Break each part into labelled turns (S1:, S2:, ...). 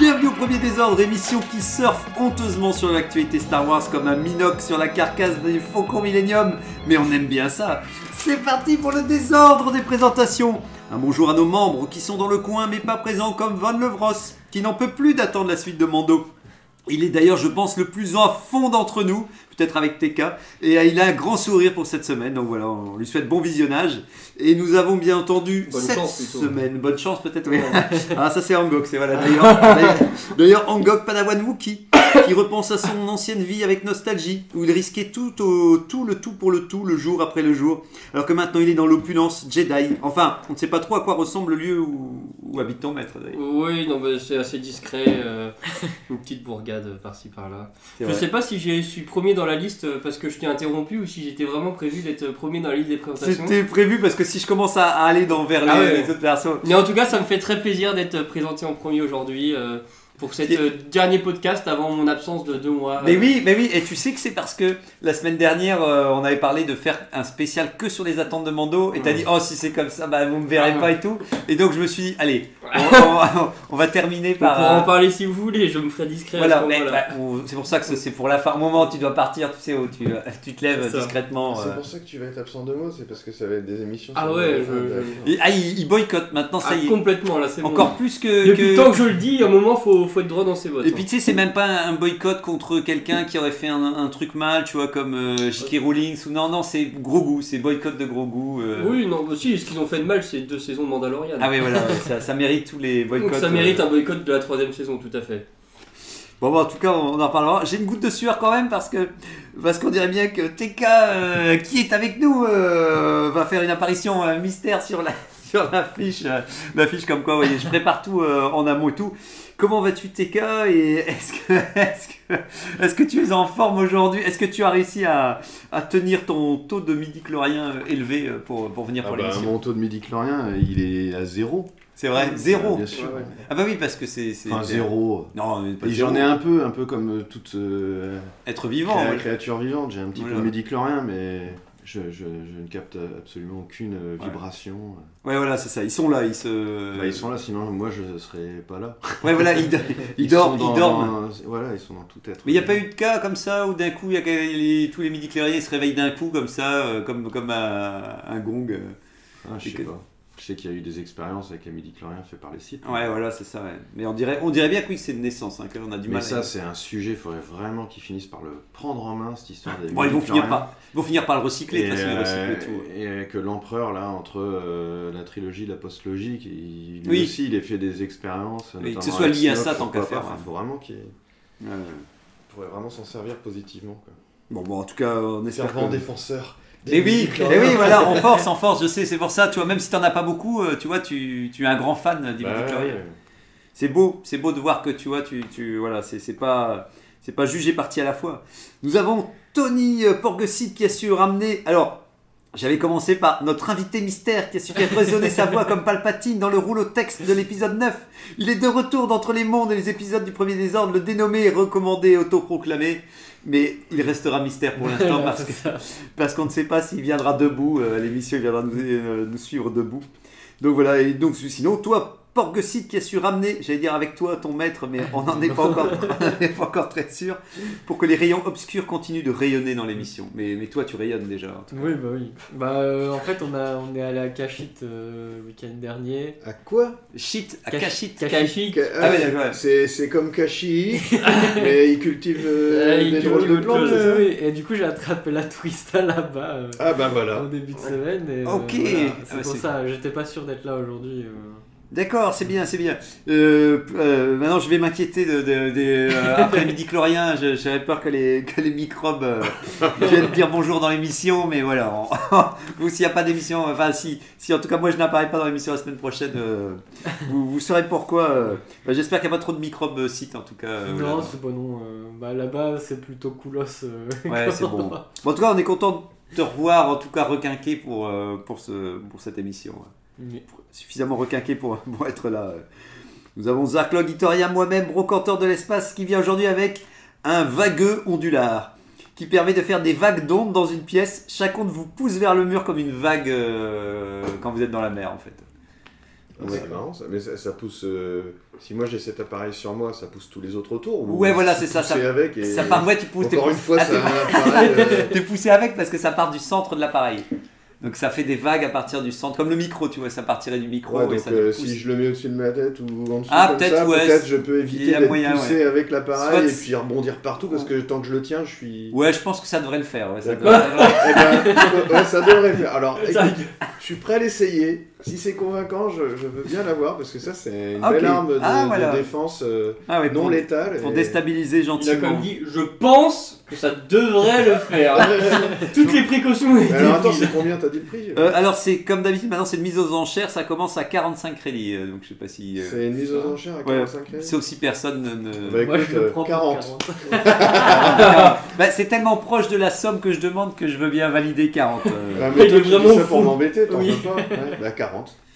S1: Bienvenue au Premier Désordre, émission qui surfe honteusement sur l'actualité Star Wars comme un minoc sur la carcasse du Faucon Millenium, mais on aime bien ça. C'est parti pour le désordre des présentations. Un bonjour à nos membres qui sont dans le coin mais pas présents comme Von Levros, qui n'en peut plus d'attendre la suite de Mando. Il est d'ailleurs, je pense, le plus à fond d'entre nous, peut-être avec TK, et euh, il a un grand sourire pour cette semaine, donc voilà, on lui souhaite bon visionnage. Et nous avons bien entendu
S2: Bonne
S1: cette
S2: chance, plutôt.
S1: semaine, bonne chance peut-être, oui. ah, ça c'est Angok, c'est voilà, d'ailleurs, d'ailleurs- d'ailleurs Angok Padawan Wookie, qui repense à son ancienne vie avec nostalgie, où il risquait tout, au, tout le tout pour le tout, le jour après le jour, alors que maintenant il est dans l'opulence Jedi. Enfin, on ne sait pas trop à quoi ressemble le lieu où, où habite ton maître, d'ailleurs.
S2: Oui, non, mais c'est assez discret. euh, une petite bourgade par-ci par-là.
S1: C'est
S2: Je
S1: vrai.
S2: sais pas si j'ai suis premier dans la liste euh, parce que je t'ai interrompu ou si j'étais vraiment prévu d'être euh, premier dans la liste des présentations.
S1: C'était prévu parce que si je commence à à aller dans vers les,
S2: Ah ouais.
S1: les autres personnes.
S2: Mais en tout cas, ça me fait très plaisir d'être euh, présenté en premier aujourd'hui euh, pour cet
S1: Et-
S2: euh, dernier podcast avant mon absence de deux mois. Euh,
S1: Mais oui, mais oui, et tu sais que c'est parce que la semaine dernière, euh, on avait parlé de faire un spécial que sur les attentes de Mando, et t'as
S2: Mm.
S1: dit, oh si c'est comme ça, bah vous me verrez
S2: Ah.
S1: pas et tout. Et donc je me suis dit, allez, on, on va- on va terminer
S2: Pour
S1: par.
S2: en
S1: euh,
S2: parler si vous voulez, je me ferai discret. à
S1: Voilà,
S2: ce
S1: mais
S2: moment-là.
S1: bah, on- c'est pour ça que ce- c'est pour la fin. Au moment où tu dois partir, tu sais, où tu, euh, tu te lèves
S2: C'est ça.
S1: discrètement.
S3: C'est
S1: euh.
S3: pour ça que tu vas être absent de moi, c'est parce que ça va être des émissions.
S2: Ah
S3: sur-
S2: ouais, je-
S3: D'accord.
S1: Et- ah, il, il boycotte maintenant, ça
S2: Ah,
S1: y est.
S2: complètement là, c'est bon.
S1: Encore plus que.
S2: Depuis
S1: que-
S2: le temps que je le dis, à un moment, faut, faut être droit dans ses bottes.
S1: Et
S2: hein.
S1: puis tu sais, c'est même pas un boycott contre quelqu'un qui aurait fait un, un truc mal, tu vois, comme euh, J.K. Rowling. Ou... Non, non, c'est gros goût, c'est boycott de gros goût. euh.
S2: Oui, non, aussi, ce qu'ils ont fait de mal, c'est deux saisons de Mandalorian.
S1: Ah oui, voilà, ouais, ça, ça mérite tous les boycotts.
S2: Donc ça mérite
S1: euh.
S2: un boycott de la troisième saison, tout à fait.
S1: Bon, bah, en tout cas, on en parlera. J'ai une goutte de sueur quand même parce que parce qu'on dirait bien que TK, euh, qui est avec nous, euh, va faire une apparition euh, mystère sur la sur la fiche, euh, la fiche comme quoi, vous voyez, je prépare tout euh, en amont et tout. Comment vas-tu TK et est-ce que, est-ce que, est-ce que tu es en forme aujourd'hui Est-ce que tu as réussi à, à tenir ton taux de midi-chlorien euh, élevé euh, pour, pour venir
S3: Ah
S1: pour
S3: bah,
S1: l'émission
S3: mon taux de midi-chlorien, il est à zéro.
S1: C'est vrai Zéro
S3: Bien sûr.
S2: Ouais, ouais.
S1: Ah bah oui, parce que c'est... c'est-
S3: Enfin, zéro.
S1: Non, mais pas
S3: Et
S1: zéro.
S3: j'en ai un peu, un peu comme euh, toute euh,
S1: Être vivant.
S3: créa-
S1: oui.
S3: créature vivante. J'ai un petit peu
S1: Voilà.
S3: de midi-chlorien, mais je, je- je ne capte absolument aucune euh,
S1: Ouais. Euh,
S3: vibration.
S1: Ouais, voilà, c'est ça. Ils sont là, ils se.
S3: Bah, ils sont là, sinon moi je ne serais pas là.
S1: Ouais, voilà, ils, do- ils
S3: sont
S1: dorment,
S3: dans-
S1: ils dorment.
S3: Voilà, ils sont dans tout être.
S1: Mais il n'y a pas eu de cas comme ça où d'un coup, il y a que les- tous les midi clériers se réveillent d'un coup comme ça, euh, comme, comme un, un gong. euh.
S3: Ah, je sais pas. Je sais qu'il y a eu des expériences avec les midi-chloriens faits par les sites.
S1: Ouais, voilà, c'est ça. ouais. Mais on dirait, on dirait bien que oui, c'est de naissance, hein, qu'on a du
S3: Mais
S1: mal. à-
S3: ça, c'est un sujet, il faudrait vraiment qu'ils finissent par le prendre en main, cette histoire des
S1: bon, ils vont
S3: midi-chloriens.
S1: finir par, ils vont finir par le recycler. De
S3: Et,
S1: toute façon, ils
S3: euh,
S1: recyclent tout.
S3: et que l'empereur, là, entre euh, la trilogie, la post-logique, il, lui
S1: Oui.
S3: aussi, il a fait des expériences.
S1: Oui, que
S3: notamment
S1: ce soit
S3: avec
S1: lié à
S3: Snoke,
S1: ça, tant
S3: pourquoi
S1: qu'à faire,
S3: pas. Enfin,
S1: ouais.
S3: faut vraiment qu'il
S1: Ouais, ouais.
S3: il pourrait vraiment s'en servir positivement. Quoi.
S1: Bon, bon, en tout cas, on espère.
S3: Fervent
S1: Que...
S3: défenseur.
S1: Mais oui,
S3: midi-chloriens.
S1: mais oui, voilà, en force, en force, je sais, c'est pour ça, tu vois, même si t'en as pas beaucoup, euh, tu vois, tu, tu es un grand fan des
S3: Bah,
S1: midi clériers.
S3: ouais.
S1: C'est beau, c'est beau de voir que tu vois, tu, tu voilà, c'est c'est pas, c'est pas jugé parti à la fois. Nous avons Tony euh, Porgesit qui a su ramener. Alors, j'avais commencé par notre invité mystère qui a su faire résonner sa voix comme Palpatine dans le rouleau texte de l'épisode 9. Il est de retour d'entre les mondes et les épisodes du premier désordre, le dénommé, recommandé, autoproclamé. Mais il restera mystère pour l'instant parce que parce qu'on ne sait pas s'il viendra debout. euh, à L'émission, il viendra nous, euh, nous suivre debout. Donc voilà, et donc sinon, toi, Porgesit qui a su ramener, j'allais dire avec toi, ton maître, mais on n'en est, pas encore- on n'en est pas encore très sûr, pour que les rayons obscurs continuent de rayonner dans l'émission. Mais, mais toi, tu rayonnes déjà.
S4: Oui, bah oui. Bah, euh, en fait, on, a, on est allé à Cachite euh, le week-end dernier.
S5: À quoi
S1: Shit, à
S4: Cache-
S1: Cachit.
S4: Cachite.
S5: Ca-
S1: Ah ouais,
S5: c'est-
S1: ouais.
S5: c'est, c'est comme Kashi, mais il cultive euh,
S2: Euh, il
S5: des
S2: cultive
S5: drôles de
S2: autre
S5: plantes,
S2: chose.
S5: c'est ça
S4: Oui, et du coup, j'ai attrapé la twista là-bas euh,
S5: Ah bah voilà.
S4: en début de semaine. et, euh,
S1: Ok.
S4: voilà.
S1: Ah
S4: C'est
S1: bah,
S4: pour
S1: c'est-
S4: ça, j'étais pas sûr d'être là aujourd'hui. euh.
S1: D'accord, c'est bien, c'est bien. Euh, euh, maintenant, je vais m'inquiéter de, de- des, euh, après midi chlorien. je- J'avais peur que les, que les microbes euh, viennent dire bonjour dans l'émission, mais voilà. on- vous, s'il n'y a pas d'émission, enfin, si, si en tout cas, moi, je n'apparais pas dans l'émission la semaine prochaine, euh, vous, vous saurez pourquoi. euh. Bah, J'espère qu'il n'y a pas trop de microbes euh, sites, en tout cas. euh,
S4: non,
S1: là-bas.
S4: c'est pas non. euh, bah là-bas, c'est plutôt coolos. euh,
S1: Ouais, c'est bon. Bon, en tout cas, on est content de te revoir, en tout cas, requinqué pour, euh, pour, ce, pour cette émission. ouais.
S4: Mais-
S1: suffisamment requinqué pour, pour être là. euh. Nous avons Zarklog Itoria, moi-même, brocanteur de l'espace, qui vient aujourd'hui avec un vagueux ondular, qui permet de faire des vagues d'ondes dans une pièce. Chaque onde vous pousse vers le mur comme une vague euh, quand vous êtes dans la mer, en fait.
S3: Ah,
S1: Ouais.
S3: C'est marrant ça. Mais ça, ça pousse. euh, Si moi j'ai cet appareil sur moi, ça pousse tous les autres autour. ou
S1: Ouais, voilà,
S3: je
S1: c'est
S3: suis
S1: ça, ça-
S3: poussé avec et-
S1: Ça part, ouais, tu pousses, t'es
S3: Encore une
S1: poussé-
S3: fois,
S1: ah,
S3: c'est
S1: t'es-
S3: un appareil. euh,
S1: t'es poussé avec parce que ça part du centre de l'appareil. Donc ça fait des vagues à partir du centre, comme le micro, tu vois, ça partirait du micro
S3: Ouais,
S1: et
S3: donc
S1: ça te
S3: euh,
S1: pousse.
S3: si je le mets au-dessus de ma tête ou en dessous
S1: Ah,
S3: comme
S1: peut-être,
S3: ça,
S1: ouais,
S3: peut-être
S1: c'est-
S3: je peux
S1: il y
S3: éviter
S1: a
S3: d'être
S1: moyen,
S3: poussé avec l'appareil
S1: Soit-
S3: et puis rebondir partout parce que tant que je le tiens, je suis.
S1: Ouais, je pense que ça devrait le faire. ouais, ça
S3: D'accord.
S1: devrait-
S3: Eh ben, ouais, ça devrait faire. Alors, écoute, je suis prêt à l'essayer. Si c'est convaincant, je, je veux bien l'avoir parce que ça, c'est une
S1: Ok.
S3: belle arme de,
S1: Ah,
S3: de
S1: voilà.
S3: défense euh,
S1: Ah ouais,
S3: non
S1: pour-
S3: létale.
S1: Pour
S3: et-
S1: déstabiliser
S2: Il a quand
S1: gentiment.
S2: même dit Je pense que ça devrait le faire. Toutes les précautions ont été
S3: Alors attends,
S2: prises.
S3: c'est combien t'as dit le prix
S1: Euh, alors c'est comme d'habitude, maintenant c'est une mise aux enchères, ça commence à 45 crédits, euh, donc je sais pas si... euh,
S3: C'est une mise aux enchères à
S1: ouais.
S3: 45 crédits
S1: sauf si personne ne... ne-
S3: Bah,
S4: Moi,
S3: écoute,
S4: je le
S3: euh,
S4: prends pour
S3: 40.
S4: 40.
S1: Bah, c'est tellement proche de la somme que je demande que je veux bien valider 40. euh.
S3: Bah, mais
S2: Il
S3: toi,
S2: est
S3: tu dis
S2: vraiment
S3: ça pour
S2: fou.
S3: m'embêter, t'en
S2: Oui.
S3: veux pas Ouais, Bah 40.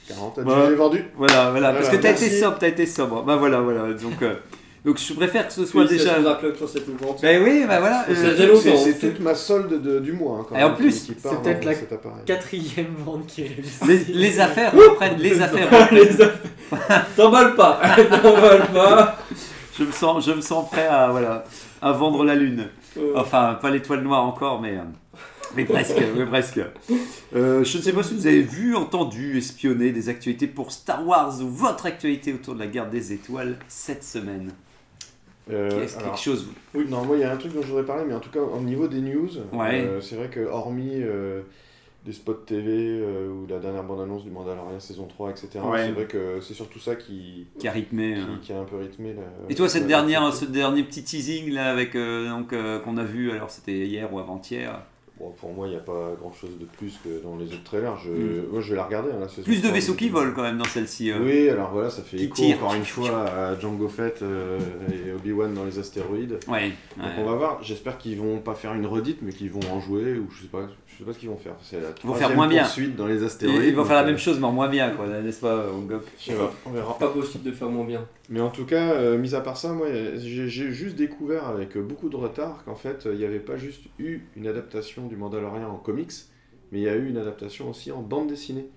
S3: 40, t'as dit,
S1: Bah.
S3: je l'ai vendu.
S1: Voilà, voilà, parce
S3: Voilà,
S1: que t'as été
S3: merci.
S1: sobre, t'as été sobre. Bah voilà, voilà, donc... euh, donc je préfère que ce soit déjà...
S2: Félicitations, Dark Lord, sur cette mouvante.
S1: Bah oui, bah voilà.
S2: Ça
S1: euh,
S2: faisait
S3: C'est-
S2: longtemps.
S3: C'est toute ma solde de- du mois. hein, quand
S1: Et en
S3: même,
S1: plus,
S3: qui- qui part
S4: c'est
S3: dans
S4: peut-être la
S3: cet appareil.
S4: Quatrième vente qui est réussie.
S1: les, les affaires reprennent, les affaires reprennent.
S2: Les affaires. T'emballes pas. T'emballes pas.
S1: Je me sens, je me sens prêt à, voilà, à vendre la lune.
S2: Euh,
S1: Enfin, pas l'étoile noire encore, mais, euh, mais presque. mais presque. Euh, je ne sais pas si vous avez vu, entendu, espionné des actualités pour Star Wars ou votre actualité autour de la guerre des étoiles cette semaine.
S3: Euh,
S1: Est-ce
S3: alors,
S1: quelque chose vous-
S3: Oui, non, moi il y a un truc dont je voudrais parler, mais en tout cas au niveau des news,
S1: Ouais.
S3: euh, c'est vrai que hormis euh, des spots TV euh, ou la dernière bande-annonce du Mandalorian saison 3, etc.,
S1: Ouais.
S3: c'est vrai que c'est surtout ça qui,
S1: qui a rythmé
S3: qui,
S1: euh.
S3: qui a un peu rythmé. La,
S1: Et toi, cette
S3: la-
S1: dernière, ce dernier petit teasing là, avec euh, donc euh, qu'on a vu, alors c'était hier ou avant-hier.
S3: Bon, pour moi, il n'y a pas grand-chose de plus que dans les autres trailers. Je, Moi, je vais la regarder. hein, la saison
S1: Hmm. Plus de
S3: 3,
S1: vaisseaux
S3: mais-
S1: qui volent quand même dans celle-ci. euh.
S3: Oui, alors voilà, ça fait
S1: qui
S3: écho
S1: tirent.
S3: encore une fois à Django Fett euh, et Obi-Wan dans les astéroïdes.
S1: Ouais.
S3: Donc
S1: ouais.
S3: on va voir, j'espère qu'ils vont pas faire une redite, mais qu'ils vont en jouer, ou je sais pas, je sais pas ce qu'ils vont faire. C'est la
S1: vont
S3: troisième
S1: faire moins bien.
S3: poursuite dans les
S1: Et-
S3: astéroïdes.
S1: Ils vont
S3: donc,
S1: faire la
S3: euh,
S1: même chose, mais en moins bien, quoi, n'est-ce pas, euh, Ongok
S3: Je sais pas, on verra.
S2: Pas possible de faire moins bien.
S3: Mais en tout cas, euh, mis à part ça, moi, j'ai j'ai juste découvert avec beaucoup de retard qu'en fait, il n'y avait pas juste eu une adaptation du Mandalorian en comics, mais il y a eu une adaptation aussi en bande dessinée.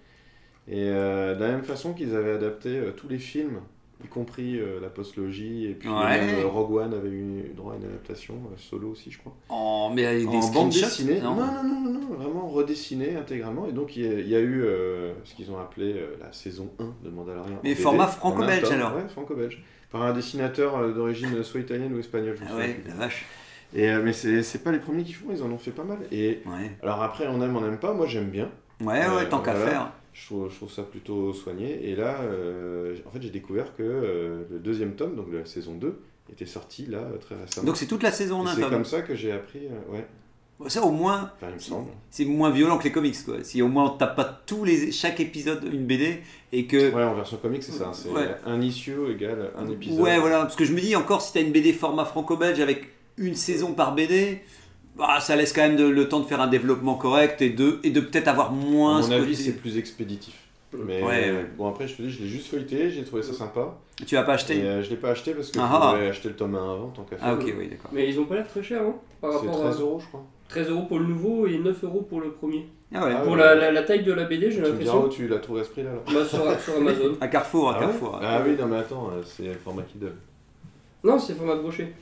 S3: Et euh, de la même façon qu'ils avaient adapté euh, tous les films, y compris euh, la postlogie, et puis
S1: Ouais.
S3: même, euh, Rogue One avait eu droit à une adaptation, euh, solo aussi, je crois.
S1: Oh, mais avec des
S3: en bande
S1: screenshots,
S3: dessinée. Non,
S1: non
S3: non, non, non, non, vraiment redessiné intégralement. Et donc, il y a, il y a eu euh, ce qu'ils ont appelé euh, la saison 1 de Mandalorian. en
S1: Mais
S3: BD,
S1: format
S3: en un
S1: franco-belge,
S3: tome.
S1: alors.
S3: Ouais, franco-belge. Par un dessinateur euh, d'origine soit italienne ou espagnole, je me
S1: Ah
S3: souviens
S1: ouais,
S3: plus.
S1: la vache.
S3: Et, euh, mais c'est c'est pas les premiers qui font, ils en ont fait pas mal. Et
S1: Ouais,
S3: alors après, on aime, on n'aime pas, moi j'aime bien.
S1: ouais, ouais,
S3: Euh,
S1: tant qu'à
S3: voilà.
S1: faire.
S3: Je trouve, je trouve ça plutôt soigné. Et là, euh, en fait, j'ai découvert que euh, le deuxième tome, donc de la saison 2, était sorti là euh, très récemment.
S1: Donc c'est toute la saison en
S3: Et
S1: un
S3: c'est
S1: tome.
S3: comme ça que j'ai appris, euh, ouais,
S1: Ça au moins,
S3: enfin, il me semble.
S1: c'est moins violent que les comics quoi. Si au moins on tape pas tous les chaque épisode une BD et que
S3: Ouais, en version comique, c'est ça. hein, C'est
S1: Euh, Ouais.
S3: un issue égale un épisode.
S1: Ouais, voilà, parce que je me dis encore si t'as une BD format franco-belge avec une saison par BD, bah, ça laisse quand même de- le temps de faire un développement correct et de et de peut-être avoir
S3: À
S1: moins
S3: mon
S1: ce
S3: avis,
S1: côté.
S3: c'est plus expéditif. Mais
S1: Ouais,
S3: euh,
S1: ouais.
S3: bon, après, je te dis, je l'ai juste feuilleté, j'ai trouvé ça sympa.
S1: Tu vas pas acheter
S3: Et euh, je l'ai pas acheté parce que
S1: Ah,
S3: je
S1: ah.
S3: voulais acheter le tome 1 avant, tant qu'à faire.
S1: Ah OK, oui, d'accord.
S2: Mais ils ont pas l'air très chers, hein Par
S3: C'est
S2: rapport
S3: 13
S2: à
S3: euros, je crois.
S2: 13 euros pour le nouveau et 9 euros pour le premier.
S1: Ah ouais.
S3: Ah,
S2: Pour
S3: ouais.
S2: la, la- la taille de la BD, j'ai
S3: Tu me diras où
S2: l'impression.
S3: tu l'as trouvé à ce prix-là
S1: Oh,
S3: alors
S2: Bah, sur, sur Amazon.
S1: À Carrefour, à
S3: Ah, ouais
S1: Carrefour.
S3: Ah oui, non, mais attends, euh, c'est le format qui donne.
S2: Non, c'est format brochet.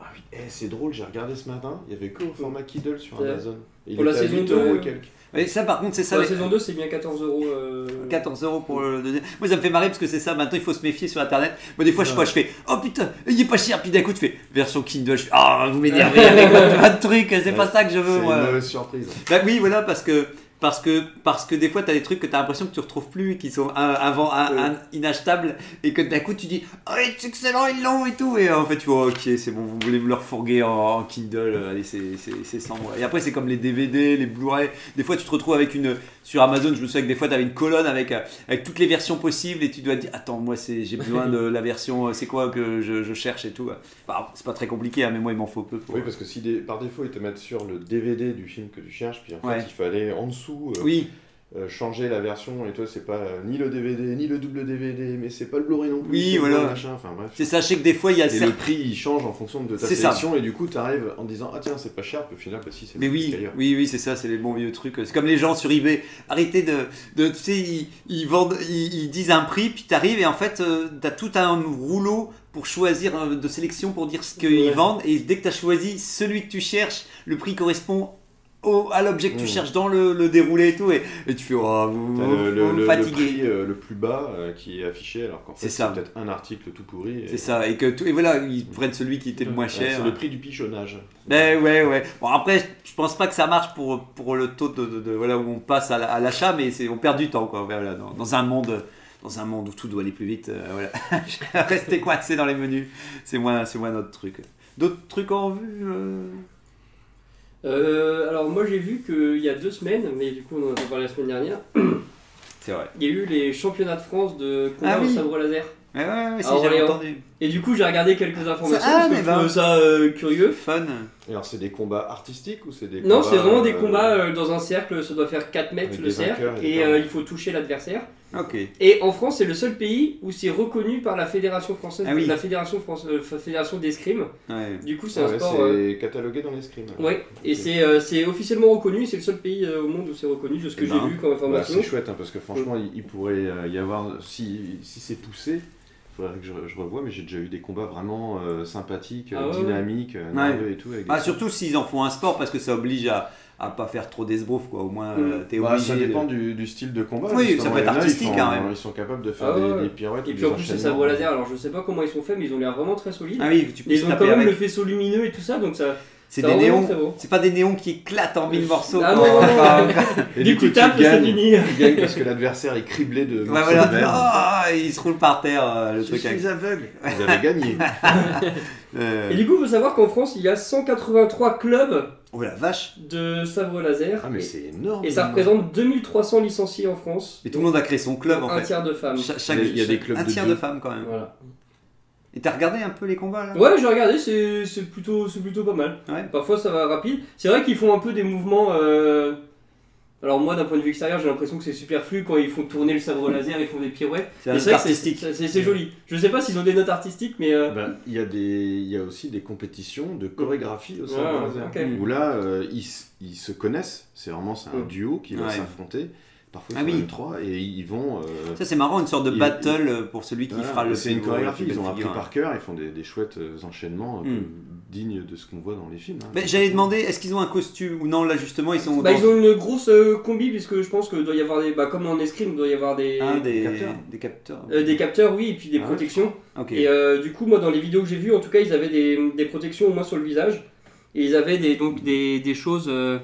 S3: Ah oui, eh, c'est drôle, j'ai regardé ce matin, il y avait que au format Kiddle sur
S2: Ouais.
S3: Amazon. Et il
S2: Pour la
S3: était à
S2: saison
S3: 8
S2: deux,
S3: euros et
S2: euh,
S3: quelques.
S1: Et ça par contre, c'est ça
S2: Sur la
S1: les-
S2: saison 2, c'est bien 14 euros. euh,
S1: 14 euros pour le deuxième. Moi, ça me fait marrer parce que c'est ça. Maintenant, il faut se méfier sur internet. Moi, des fois, je, vois, je fais Oh putain, il est pas cher. Puis d'un coup, tu fais version Kindle. Je fais Ah, vous m'énervez avec votre votre truc. C'est
S3: Ouais.
S1: pas ça que je
S3: C'est
S1: veux,
S3: une
S1: moi.
S3: mauvaise surprise.
S1: Bah oui, voilà, parce que Parce que, parce que des fois, tu as des trucs que tu as l'impression que tu retrouves plus, qui sont euh, avant, un- un- inachetables, et que d'un coup, tu dis Oh, c'est excellent, ils l'ont et tout. Et euh, en fait, tu vois, ok, c'est bon, vous voulez me le refourguer en, en Kindle, euh, allez, c'est- c'est c'est 100 mois. Et après, c'est comme les DVD, les Blu-ray. Des fois, tu te retrouves avec une. Sur Amazon, je me souviens que des fois, tu avais une colonne avec, euh, avec toutes les versions possibles, et tu dois te dire Attends, moi, c'est- j'ai besoin de la version, euh, c'est quoi que je, je cherche et tout. Bah, c'est pas très compliqué, hein, mais moi, il m'en faut peu. Pour...
S3: Oui, parce que si des- par défaut, ils te mettent sur le DVD du film que tu cherches, puis en fait,
S1: Ouais.
S3: il fallait en dessous euh,
S1: Oui,
S3: euh, changer la version, et toi, c'est pas euh, ni le DVD, ni le double DVD, mais c'est pas le Blu-ray non plus.
S1: Oui,
S3: c'est le
S1: voilà.
S3: Blu-ray, machin, enfin bref.
S1: c'est sachez que des fois, il y a
S3: Et
S1: certains-
S3: le prix, il change en fonction de ta
S1: C'est ça.
S3: sélection, et du coup, tu arrives en disant Ah, tiens, c'est pas cher, puis au final, bah, si, c'est
S1: Mais
S3: le prix
S1: oui,
S3: qu'ailleurs.
S1: oui, oui, c'est ça, c'est les bons vieux trucs. C'est comme les gens sur eBay. Arrêtez de, de tu sais, ils, ils vendent, ils, ils disent un prix, puis t'arrives et en fait, euh, t'as tout un rouleau pour choisir euh, de sélection pour dire ce qu'ils
S5: Ouais.
S1: vendent. Et dès que t'as choisi celui que tu cherches, le prix correspond au, à l'objet que tu
S3: Mmh.
S1: cherches dans le, le déroulé et tout. Et, et tu fais, oh, vous,
S3: T'as
S1: vous-
S3: le,
S1: vous
S3: le-
S1: me
S3: le
S1: fatiguez.
S3: prix euh, le plus bas euh, qui est affiché, alors qu'en
S1: C'est
S3: fait,
S1: ça.
S3: c'est peut-être un article tout pourri. et-
S1: C'est ça, et que tout, et voilà, ils prennent celui qui était le moins
S3: Ouais,
S1: cher.
S3: c'est le prix du pichonnage.
S1: Ben ouais, ouais. Bon, après, je pense pas que ça marche pour, pour le taux de, de- de- voilà, où on passe à la- à l'achat, mais c'est on perd du temps, quoi. Voilà, dans, dans un monde, dans un monde où tout doit aller plus vite, euh, voilà. Rester coincé dans les menus, c'est moins, c'est moins notre truc. D'autres trucs en vue euh
S2: Euh, alors moi j'ai vu qu'il y a deux semaines, mais du coup on en a parlé la semaine dernière,
S1: C'est vrai.
S2: il y a eu les championnats de France de combat
S1: Ah oui.
S2: au sabre laser.
S1: Mais ouais, ouais, ouais, si,
S2: Ah,
S1: j'avais
S2: Orléans.
S1: entendu.
S2: Et du coup j'ai regardé quelques
S1: Ça-
S2: informations
S1: ah,
S2: parce que
S1: mais
S2: je
S1: bah.
S2: trouve ça euh, curieux.
S1: Fun.
S3: Et Alors, c'est des combats artistiques ou c'est des
S2: Non,
S3: combats,
S2: c'est vraiment des
S3: euh,
S2: combats euh, dans un cercle, ça doit faire 4 mètres
S3: Avec
S2: le
S3: des
S2: cercle,
S3: vainqueurs et des
S2: et euh,
S3: perdants.
S2: il faut toucher l'adversaire.
S1: Ok.
S2: Et en France, c'est le seul pays où c'est reconnu par la Fédération française,
S1: Ah oui.
S2: la Fédération, France, euh, fédération d'escrime.
S1: Ouais.
S2: Du coup, c'est
S3: Ah
S2: un
S3: ouais,
S2: sport.
S3: c'est
S2: euh,
S3: catalogué dans l'escrime. alors.
S2: ouais, et
S3: Ok.
S2: c'est euh, c'est officiellement reconnu, c'est le seul pays euh, au monde où c'est reconnu, de ce que
S1: Eh
S2: j'ai
S1: ben,
S2: vu comme
S3: Bah,
S2: information.
S3: c'est chouette hein, parce que franchement, il, il pourrait euh, y avoir, si, si c'est poussé, il faudrait que je, je revoie, mais j'ai déjà eu des combats vraiment euh, sympathiques,
S2: Ah ouais, ouais.
S3: dynamiques, euh,
S1: Ouais.
S3: nerveux et tout. Avec des-
S1: Ah, surtout s'ils en font un sport, parce que ça oblige à, à pas faire trop d'esbrouf, quoi. Au moins,
S2: Mm.
S1: euh, t'es
S3: Bah,
S1: obligé.
S3: ça
S1: de-
S3: dépend du, du style de combat.
S1: Oui, ça
S3: justement.
S1: peut être
S3: Il y en a,
S1: artistique,
S3: ils sont,
S1: quand même.
S3: Ils sont capables de faire
S2: Ah ouais.
S3: des, des pirouettes.
S2: Et
S3: ou
S2: puis
S3: des
S2: en plus, c'est
S3: enchaînements.
S2: sabre laser, alors je sais pas comment ils sont faits, mais ils ont l'air vraiment très solides.
S1: Ah oui, tu peux
S2: Et ils ont
S1: taper
S2: quand même
S1: avec.
S2: le faisceau lumineux et tout ça, donc ça.
S1: C'est
S2: ça
S1: des
S2: rend vraiment
S1: néons.
S2: très beau.
S1: C'est pas des néons qui éclatent en mille morceaux.
S2: Ah
S1: quand-
S2: non, non,
S1: quand-
S2: non.
S3: Et
S2: Dès
S3: du
S2: que
S3: coup,
S2: tu
S3: tu
S2: tapes, c'est
S3: gagnes.
S2: fini.
S3: Tu gagnes parce que l'adversaire est criblé de
S1: Ouais,
S3: morceaux
S1: bah voilà.
S3: de verre.
S1: Ah, il se roule par terre, euh, le
S5: Je
S1: truc.
S5: suis
S1: avec-
S5: aveugle.
S3: Vous avez gagné.
S1: Euh,
S2: Et du coup, faut savoir qu'en France, il y a 183 clubs
S1: Oh la vache.
S2: de sabre laser.
S3: Ah, mais c'est énorme.
S2: Et ça représente 2300 licenciés en France.
S1: Mais tout le monde a créé son club en
S2: un
S1: fait.
S2: tiers de femmes.
S1: Cha- chaque-
S3: Il y a des
S1: chaque-
S3: clubs
S1: un
S3: de
S1: tiers de
S3: deux.
S1: femmes quand même.
S2: Voilà.
S1: Et t'as regardé un peu les combats là
S2: Ouais, j'ai regardé, c'est c'est plutôt, c'est plutôt pas mal.
S1: Ouais.
S2: Parfois ça va rapide. C'est vrai qu'ils font un peu des mouvements. euh, Alors, moi, d'un point de vue extérieur, j'ai l'impression que c'est superflu quand ils font tourner le sabre laser, ils font des pirouettes.
S1: C'est
S2: Mais
S1: un
S2: c'est
S1: truc
S2: vrai que c'est-
S1: artistique.
S2: c'est- c'est- C'est joli. Je sais pas s'ils ont des notes artistiques, mais. euh,
S3: Ben, il y, a des- il y a aussi des compétitions de chorégraphie au sabre
S2: Ah,
S3: laser.
S2: ok.
S1: Mm.
S3: Où là, euh, ils, s- ils se connaissent. C'est vraiment c'est un
S2: Mm.
S3: duo qui va
S1: Ouais.
S3: s'affronter. Parfois, ils
S1: Ah
S3: sont
S1: oui.
S3: même trois et ils vont. euh,
S1: Ça c'est marrant, une sorte de
S3: Il-
S1: battle euh, pour celui qui
S3: voilà.
S1: fera le.
S3: c'est une
S1: plus gros-
S3: chorégraphie.
S1: le plus
S3: Ils ont
S1: belle
S3: appris
S1: figure, hein.
S3: par cœur. Ils font des, des chouettes euh, enchaînements euh,
S1: Mm.
S3: dignes de ce qu'on voit dans les films. hein.
S1: Mais J'allais demander, est-ce qu'ils ont un costume ou non Là justement, ils sont.
S2: Bah,
S1: dans-
S2: ils ont une grosse euh, combi, puisque je pense que doit y avoir des. Bah, comme en escrime, il doit y avoir des.
S1: Ah, des
S3: capteurs.
S1: des capteurs.
S2: euh, des capteurs, oui, et puis des
S3: Ah ouais.
S2: protections.
S1: Ok.
S2: Et euh, du coup, moi, dans les vidéos que j'ai vues, en tout cas, ils avaient des, des protections au moins sur le visage. Et ils avaient des, donc des, des choses euh,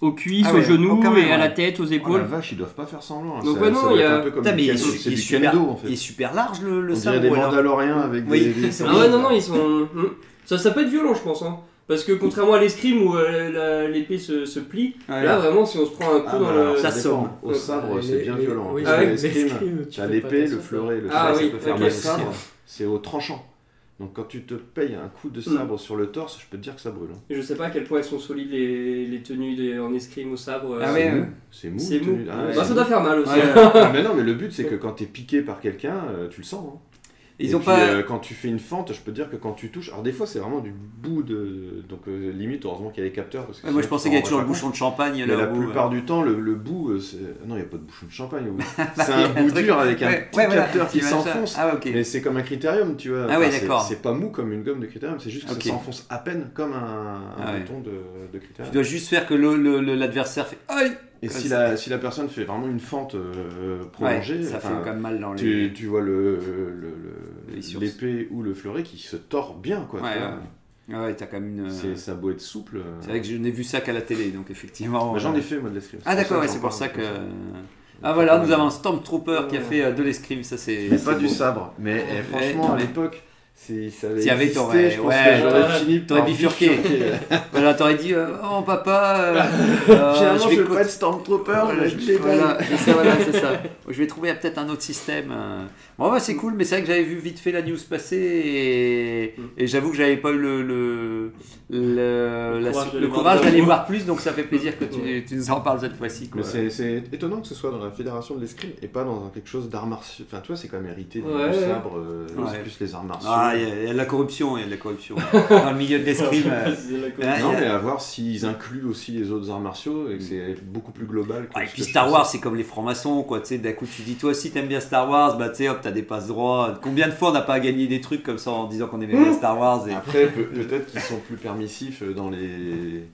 S2: aux cuisses,
S1: Ah ouais,
S2: aux genoux,
S1: quand même,
S2: et à
S1: ouais.
S2: la tête, aux
S3: Oh la
S2: épaules.
S3: vache, ils doivent pas faire semblant. hein.
S2: Donc,
S3: ça,
S2: ouais, non,
S3: ça doit
S2: il y
S3: être
S2: a-
S3: un peu comme
S1: Putain, mais
S3: du
S1: il est
S3: kendo.
S1: su-
S3: C'est
S1: il est
S3: du
S1: super-
S3: kendo en
S1: Il est
S3: fait.
S1: super large le, le
S3: On dirait
S1: sabre.
S3: des
S1: ou alors-
S3: mandaloriens avec
S1: Oui.
S3: des. des-
S2: ah ouais, non, non, ils sont. hmm. Ça, ça peut être violent, je pense. Hein. Parce que contrairement à l'escrime où euh, la- l'épée se, se plie,
S1: Ah Ouais.
S2: là vraiment, si on se prend un coup
S3: Ah,
S2: dans
S3: bah, alors,
S2: le.
S1: Ça
S3: dépend.
S1: somme.
S3: Au sabre,
S4: Ouais,
S3: c'est
S4: les-
S3: bien
S4: les-
S3: violent. Ah,
S4: oui,
S3: Parce que
S4: les-
S3: l'escrime,
S4: l'escrime, tu
S3: T'as
S4: fais pas
S3: l'épée,
S4: attention,
S3: le fleuret, le
S2: Ah
S3: sabre,
S2: oui,
S3: ça peut faire
S2: ok.
S3: mal. Le sabre, c'est au tranchant. Donc quand tu te payes un coup de sabre sur le torse, je peux te dire que ça brûle. hein.
S2: Et Je sais pas à quel point elles sont solides les, les tenues des- en escrime au sabre. euh,
S1: Ah
S3: C'est
S1: ouais, ouais.
S3: mou. C'est mou.
S2: C'est
S3: le
S2: mou.
S3: tenu- Ah,
S2: Bah,
S3: c'est
S2: ça
S3: mou.
S2: doit faire mal aussi.
S1: Ouais.
S3: Ah, mais non, mais le but c'est que quand t'es piqué par quelqu'un, euh, tu le sens. hein.
S1: Ils
S3: Et
S1: ont
S3: puis,
S1: pas.
S3: euh, quand tu fais une fente, je peux te dire que quand tu touches. Alors des fois c'est vraiment du bout de. Donc euh, limite, heureusement qu'il y a des capteurs. Parce que
S1: Ouais, moi je
S3: sinon,
S1: pensais
S3: tu
S1: qu'il y
S3: t'en
S1: avait toujours le
S3: rendrais pas
S1: bouchon de champagne
S3: mais
S1: là. euh,
S3: la
S1: au bout,
S3: plupart du temps, le, le bout, euh, c'est... non, il n'y a pas de bouchon de champagne. au bout. c'est
S1: Bah, Il y a
S3: un bout
S1: truc-
S3: dur avec un
S1: Ouais,
S3: petit
S1: ouais, voilà,
S3: capteur qui
S1: va
S3: s'enfonce.
S1: ça. Ah ouais, ok.
S3: Mais c'est comme un critérium, tu vois.
S1: Ah ouais,
S3: c'est-
S1: d'accord.
S3: C'est pas mou comme une gomme de critérium, c'est juste que
S1: Ok.
S3: ça s'enfonce à peine comme un, un
S1: Ah ouais.
S3: bouton de, de
S1: Tu
S3: critérium.
S1: dois juste faire que le- le- le- l'adversaire fait aïe.
S3: Et
S1: Ouais,
S3: si
S1: c'est-
S3: la, si la personne fait vraiment une fente euh,
S1: Ouais,
S3: prolongée,
S1: ça fait
S3: enfin,
S1: quand même mal dans les.
S3: tu, tu vois le, le-
S1: Les
S3: le-
S1: sources.
S3: l'épée ou le fleuret qui se tord bien, quoi.
S1: Ouais,
S3: tu vois.
S1: ouais. Ah ouais, t'as quand même une.
S3: C'est,
S1: euh,
S3: ça a beau être souple. euh,
S1: C'est vrai que je n'ai vu ça qu'à la télé, donc effectivement.
S3: bah, J'en
S1: euh,
S3: ai fait, moi, de l'escrime.
S1: Ah d'accord, ouais,
S3: j'en
S1: c'est pour
S3: parle,
S1: ça que.
S3: c'est pour ça.
S1: Ah voilà, nous avons un Stormtrooper qui a fait euh, de l'escrime, ça c'est.
S3: Mais
S1: c'est
S3: pas du
S1: beau.
S3: sabre. Mais eh, franchement,
S1: non,
S3: à
S1: mais-
S3: l'époque, si ça avait
S1: S'il y avait,
S3: existé,
S1: t'aurais-
S3: je pense
S1: ouais,
S3: que j'aurais
S2: ouais.
S3: fini
S1: T'aurais
S3: par
S1: bifurqué.
S3: bifurquer.
S1: Voilà, t'aurais dit, euh, oh papa, euh, euh,
S5: Finalement, je
S1: vais
S5: veux
S1: co-
S5: pas être Stormtrooper,
S1: Voilà,
S5: je vais être
S1: voilà,
S5: Jedi.
S1: c'est ça, voilà, c'est ça. Je vais trouver euh, peut-être un autre système. euh. Bon, ouais, c'est cool, mais c'est vrai que j'avais vu vite fait la news passer et, et j'avoue que j'avais pas eu le, le, le, la-
S2: courage de
S1: le
S2: les
S1: courage
S2: voir.
S1: d'aller voir plus, donc ça fait plaisir que tu, tu nous en parles cette fois-ci. quoi.
S3: Mais c'est- c'est étonnant que ce soit dans la fédération de l'escrime et pas dans un- quelque chose d'art martial. Enfin, tu vois, c'est quand même hérité du-
S2: Ouais,
S3: du
S2: ouais.
S3: sabre, euh,
S1: Ouais.
S3: c'est plus les arts martiaux.
S1: Ah, il y, a- il y a de la corruption, il y a de la corruption. Dans le milieu de l'escrime. euh, hein, il y
S3: Non,
S1: a-
S3: mais à voir s'ils incluent aussi les autres arts martiaux et que c'est beaucoup plus global. que
S1: Ouais, et
S3: ce
S1: puis
S3: que
S1: Star
S3: je
S1: Wars, c'est comme les francs-maçons, quoi. Tu sais, d'un coup, tu dis, toi, si t'aimes bien Star Wars, bah, tu sais, hop, t'as des passes droits. Combien de fois on n'a pas gagné des trucs comme ça en disant qu'on aimait bien Star Wars et...
S3: pensais. Après, peut- peut-être qu'ils sont plus permissifs euh, dans les,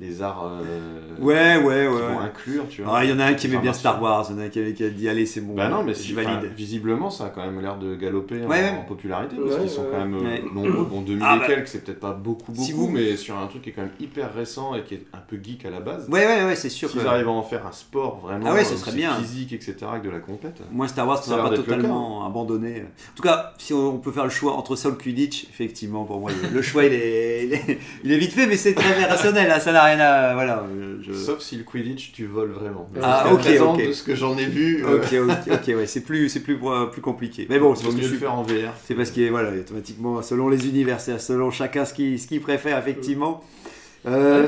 S3: les arts euh,
S1: Ouais, ouais, ouais.
S3: qu'ils vont
S1: Ouais,
S3: inclure, tu
S1: Il
S3: vois.
S1: y en a un qui aimait
S3: Enfin,
S1: bien
S3: martiaux.
S1: Star Wars, il y en a un qui, avait- qui a dit, allez, c'est bon.
S3: Bah non, mais si,
S1: je valide.
S3: enfin, visiblement, ça a quand même l'air de galoper en-
S1: Ouais.
S3: en, popularité parce
S2: Ouais,
S3: qu'ils sont
S2: ouais.
S3: quand même euh,
S1: Ouais.
S3: nombreux. Bon, 2000
S1: Ah,
S3: et
S1: bah.
S3: quelques, c'est peut-être pas beaucoup, beaucoup,
S1: Si vous-
S3: mais sur un truc qui est quand même hyper récent et qui est un peu geek à la base.
S1: Ouais, ouais, ouais, c'est sûr que.
S3: S'ils arrivent à en faire un sport vraiment
S1: Ah ouais, ce
S3: euh,
S1: serait
S3: c'est
S1: bien.
S3: physique, etc., avec de la compète.
S1: Moi, Star Wars,
S3: Ça
S1: ne
S3: a
S1: va
S3: l'air
S1: pas
S3: d'être le
S1: totalement abandonné. En tout cas, si on peut faire le choix entre Saul Kudich, effectivement, pour moi, le- le choix, il est, il est, il est vite fait, mais c'est très rationnel. hein, ça n'a rien à. Voilà. je-
S3: euh, Sauf si le Quidditch, tu voles vraiment. Mais
S1: Ah,
S3: jusqu'à
S1: ok,
S3: présent,
S1: ok.
S3: de ce que j'en ai vu, euh,
S1: Ok, ok, ok, ouais, c'est plus, c'est plus, euh, plus compliqué. Mais bon, c'est
S3: vaut
S1: parce que
S3: mieux
S1: je
S3: le
S1: suis.
S3: faire en VR.
S1: C'est parce que voilà, automatiquement, selon les univers, c'est selon chacun ce qu'il ce qu'il préfère, effectivement. Euh,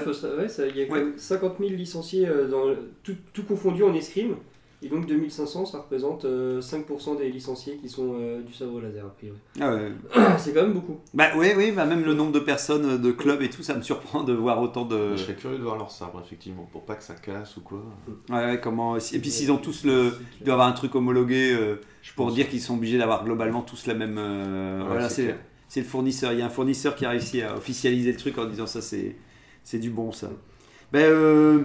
S2: il y a quand
S1: ouais.
S2: même 50 000 licenciés, euh, dans, le- tout, tout confondu en escrime. Et donc 2500, ça représente euh, 5% des licenciés qui sont euh, du sabre laser, a priori.
S1: ah ouais.
S2: C'est quand même beaucoup.
S1: Bah oui, oui, bah, même le nombre de personnes, euh, de clubs et tout, ça me surprend de voir autant de.
S3: Euh, Je serais curieux de voir leur sabre, effectivement, pour pas que ça casse ou quoi.
S1: Ouais, ouais, comment. Et puis s'ils ont tous le. Ils doivent avoir un truc homologué euh,
S3: Je
S1: pour
S3: pense-
S1: dire qu'ils sont obligés d'avoir globalement tous la même. euh,
S3: Ouais,
S1: voilà,
S3: c'est
S1: c'est
S3: clair.
S1: c'est le fournisseur. Il y a un fournisseur qui a réussi à officialiser le truc en disant ça, c'est c'est du bon ça. Ben, euh,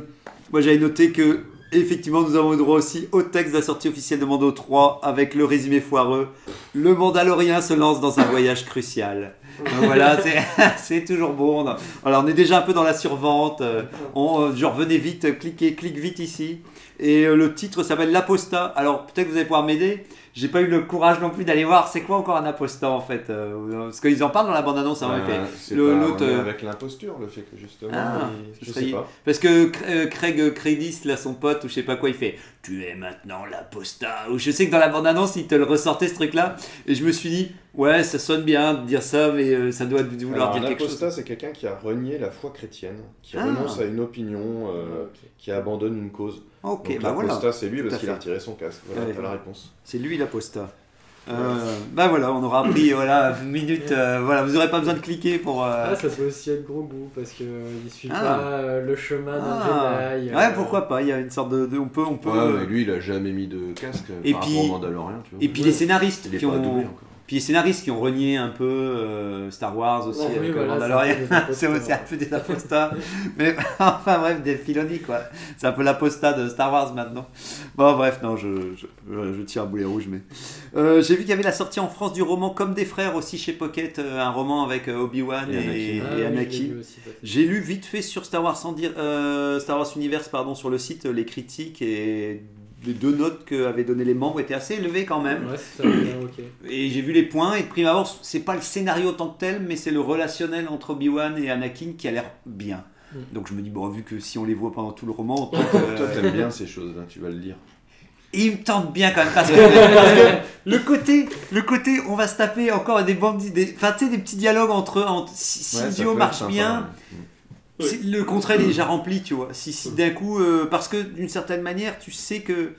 S1: moi j'avais noté que effectivement nous avons eu droit aussi au texte de la sortie officielle de Mando 3 avec le résumé foireux. Le Mandalorien se lance dans un voyage crucial. Donc voilà, c'est- c'est toujours bon. Alors on est déjà un peu dans la survente. euh, on, euh, genre venez vite, euh, cliquez, clique vite ici. Et euh, le titre s'appelle L'Apostat. Alors peut-être que vous allez pouvoir m'aider. J'ai pas eu le courage non plus d'aller voir c'est quoi encore un apostat en fait. euh, parce qu'ils en parlent dans la bande-annonce hein, en
S3: Ouais,
S1: effet.
S3: c'est
S1: Le-
S3: pas-
S1: l'autre,
S3: on est
S1: euh,
S3: Avec l'imposture, le fait que justement.
S1: Ah,
S3: il-
S1: ce
S3: je
S1: serait-
S3: sais pas.
S1: Parce que Cra- euh, Craig Credis, là, son pote, ou je sais pas quoi, il fait Tu es maintenant l'apostat. Ou je sais que dans la bande-annonce, il te le ressortait ce truc-là. Et je me suis dit Ouais, ça sonne bien de dire ça, mais euh, ça doit vouloir
S3: Alors,
S1: dire
S3: un
S1: quelque chose.
S3: apostat, c'est quelqu'un qui a renié la foi chrétienne, qui
S1: Ah.
S3: renonce à une opinion, euh, qui abandonne une cause.
S1: Ok,
S3: Donc,
S1: bah
S3: l'apostat,
S1: voilà.
S3: c'est lui
S1: Tout à
S3: parce qu'il a
S1: fait.
S3: retiré son casque. Voilà,
S1: Ouais.
S3: t'as la réponse.
S1: C'est lui l'apostat. Euh, bah voilà, on aura pris voilà, une minute. euh, voilà, vous aurez pas besoin de cliquer pour. euh,
S4: Ah, ça peut aussi être gros goût parce que euh, il suit
S1: Ah.
S4: pas euh, le chemin
S1: Ah.
S4: d'un Jedi. euh,
S1: Ouais, pourquoi pas Il y a une sorte de. de- on peut. On peut
S3: Ouais, mais lui, il a jamais mis de casque
S1: Et
S3: par
S1: puis-
S3: rapport au Mandalorian, tu vois.
S1: Et puis
S3: Ouais.
S1: les scénaristes
S3: Il est
S1: qui
S3: pas doublé
S1: ont.
S3: encore.
S1: Puis les scénaristes qui ont renié un peu euh, Star Wars aussi
S4: Ouais, oui,
S1: avec euh,
S4: voilà,
S1: Mandalorian,
S4: c'est un peu des
S1: c'est
S4: apostats.
S1: aussi un peu des apostats. Mais enfin bref, des Filoni quoi. C'est un peu l'apostat de Star Wars maintenant. Bon bref, non, je, je, je- je tire à boulet rouge, mais... Euh, J'ai vu qu'il y avait la sortie en France du roman Comme des frères aussi chez Pocket, euh, un roman avec euh, Obi-Wan
S3: Et Anakin.
S1: et, et
S4: Ah, oui, je l'ai
S1: Anakin.
S4: vu aussi, peut-être.
S1: J'ai lu vite fait sur Star Wars, sans dire, euh, Star Wars Universe pardon, sur le site, euh, les critiques et les deux notes qu'avaient donné les membres étaient assez élevées quand même.
S4: Ouais, c'est ça, ouais, ok.
S1: Et j'ai vu les points, et de prime abord, c'est pas le scénario en tant que tel, mais c'est le relationnel entre Obi-Wan et Anakin qui a l'air bien.
S4: Mm.
S1: Donc je me dis, bon, vu que si on les voit pendant tout le roman, autant
S3: Toi,
S1: que-
S3: t'aimes bien ces choses-là, tu vas le lire.
S1: il me tente bien quand même, parce que, parce que le, côté, le côté, on va se taper encore des bandes, des, enfin, tu sais, des petits dialogues entre, entre si si
S3: Ouais, ça
S1: Dio
S3: peut être
S1: marche
S3: sympa,
S1: bien,
S3: ouais.
S2: Oui.
S1: c'est- Le contrat est déjà rempli, tu vois. Si, si d'un coup, euh, parce que d'une certaine manière, tu sais que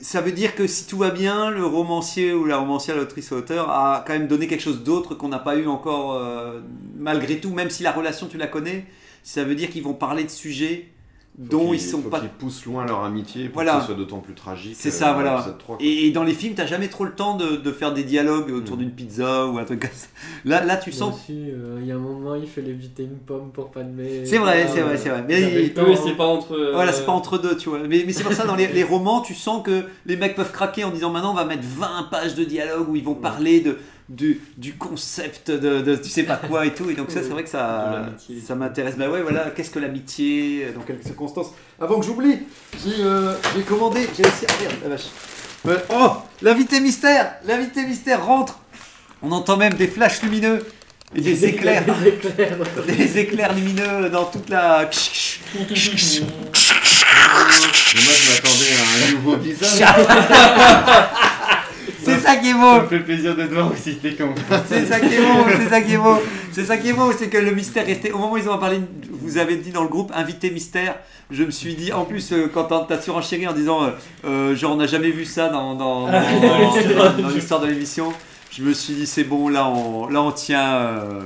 S1: ça veut dire que si tout va bien, le romancier ou la romancière, l'autrice, auteur a quand même donné quelque chose d'autre qu'on n'a pas eu encore, euh, malgré tout, même si la relation tu la connais. Ça veut dire qu'ils vont parler de sujets
S3: Faut
S1: dont
S3: qu'ils-
S1: ils sont
S3: faut
S1: pas.
S3: qu'ils poussent loin leur amitié pour
S1: Voilà.
S3: que ce soit d'autant plus tragique.
S1: C'est ça,
S3: euh, dans
S1: voilà.
S3: l'épisode 3, quoi.
S1: Et, et dans les films, t'as jamais trop le temps de, de faire des dialogues autour
S3: Mm.
S1: d'une pizza ou un truc comme ça. Là, là tu
S4: Moi
S1: sens.
S4: aussi, euh, Il y a un moment, il fait léviter une pomme pour Padmé.
S1: C'est vrai,
S4: Ah,
S1: c'est vrai,
S4: euh,
S1: c'est vrai. Mais
S4: j'avais
S1: il-
S4: le temps,
S2: mais
S4: hein.
S2: c'est pas entre. euh,
S1: Voilà, c'est pas entre deux, tu vois. Mais, mais c'est pour ça, dans les, les romans, tu sens que les mecs peuvent craquer en disant maintenant on va mettre 20 pages de dialogue où ils vont parler de, du, du concept de, de tu sais pas quoi et tout. Et donc ça, c'est vrai que
S4: De
S1: ça,
S4: l'amitié.
S1: ça m'intéresse. Bah ouais, voilà, qu'est-ce que l'amitié Dans quelles circonstances Avant que j'oublie, j'ai euh, j'ai commandé, j'ai laissé... ah, merde, la vache. Ouais. Oh L'invité mystère L'invité mystère rentre On entend même des flashs lumineux et des éclairs
S4: Des éclairs.
S1: des éclairs lumineux dans toute la.
S3: Mais moi,
S1: euh,
S3: je m'attendais à un nouveau visage.
S1: C'est ça qui est beau
S6: me fait plaisir de te voir aussi, t'es con.
S1: C'est ça qui est beau C'est ça qui est beau C'est ça qui est beau, c'est que le mystère restait. Au moment où ils ont parlé, vous avez dit dans le groupe invité mystère. Je me suis dit, en plus, euh, quand t'as- t'as surenchéri en disant, euh, euh, genre, on n'a jamais vu ça dans, dans, dans- dans- dans l'histoire de l'émission, je me suis dit, c'est bon, là, on, là, on tient. euh,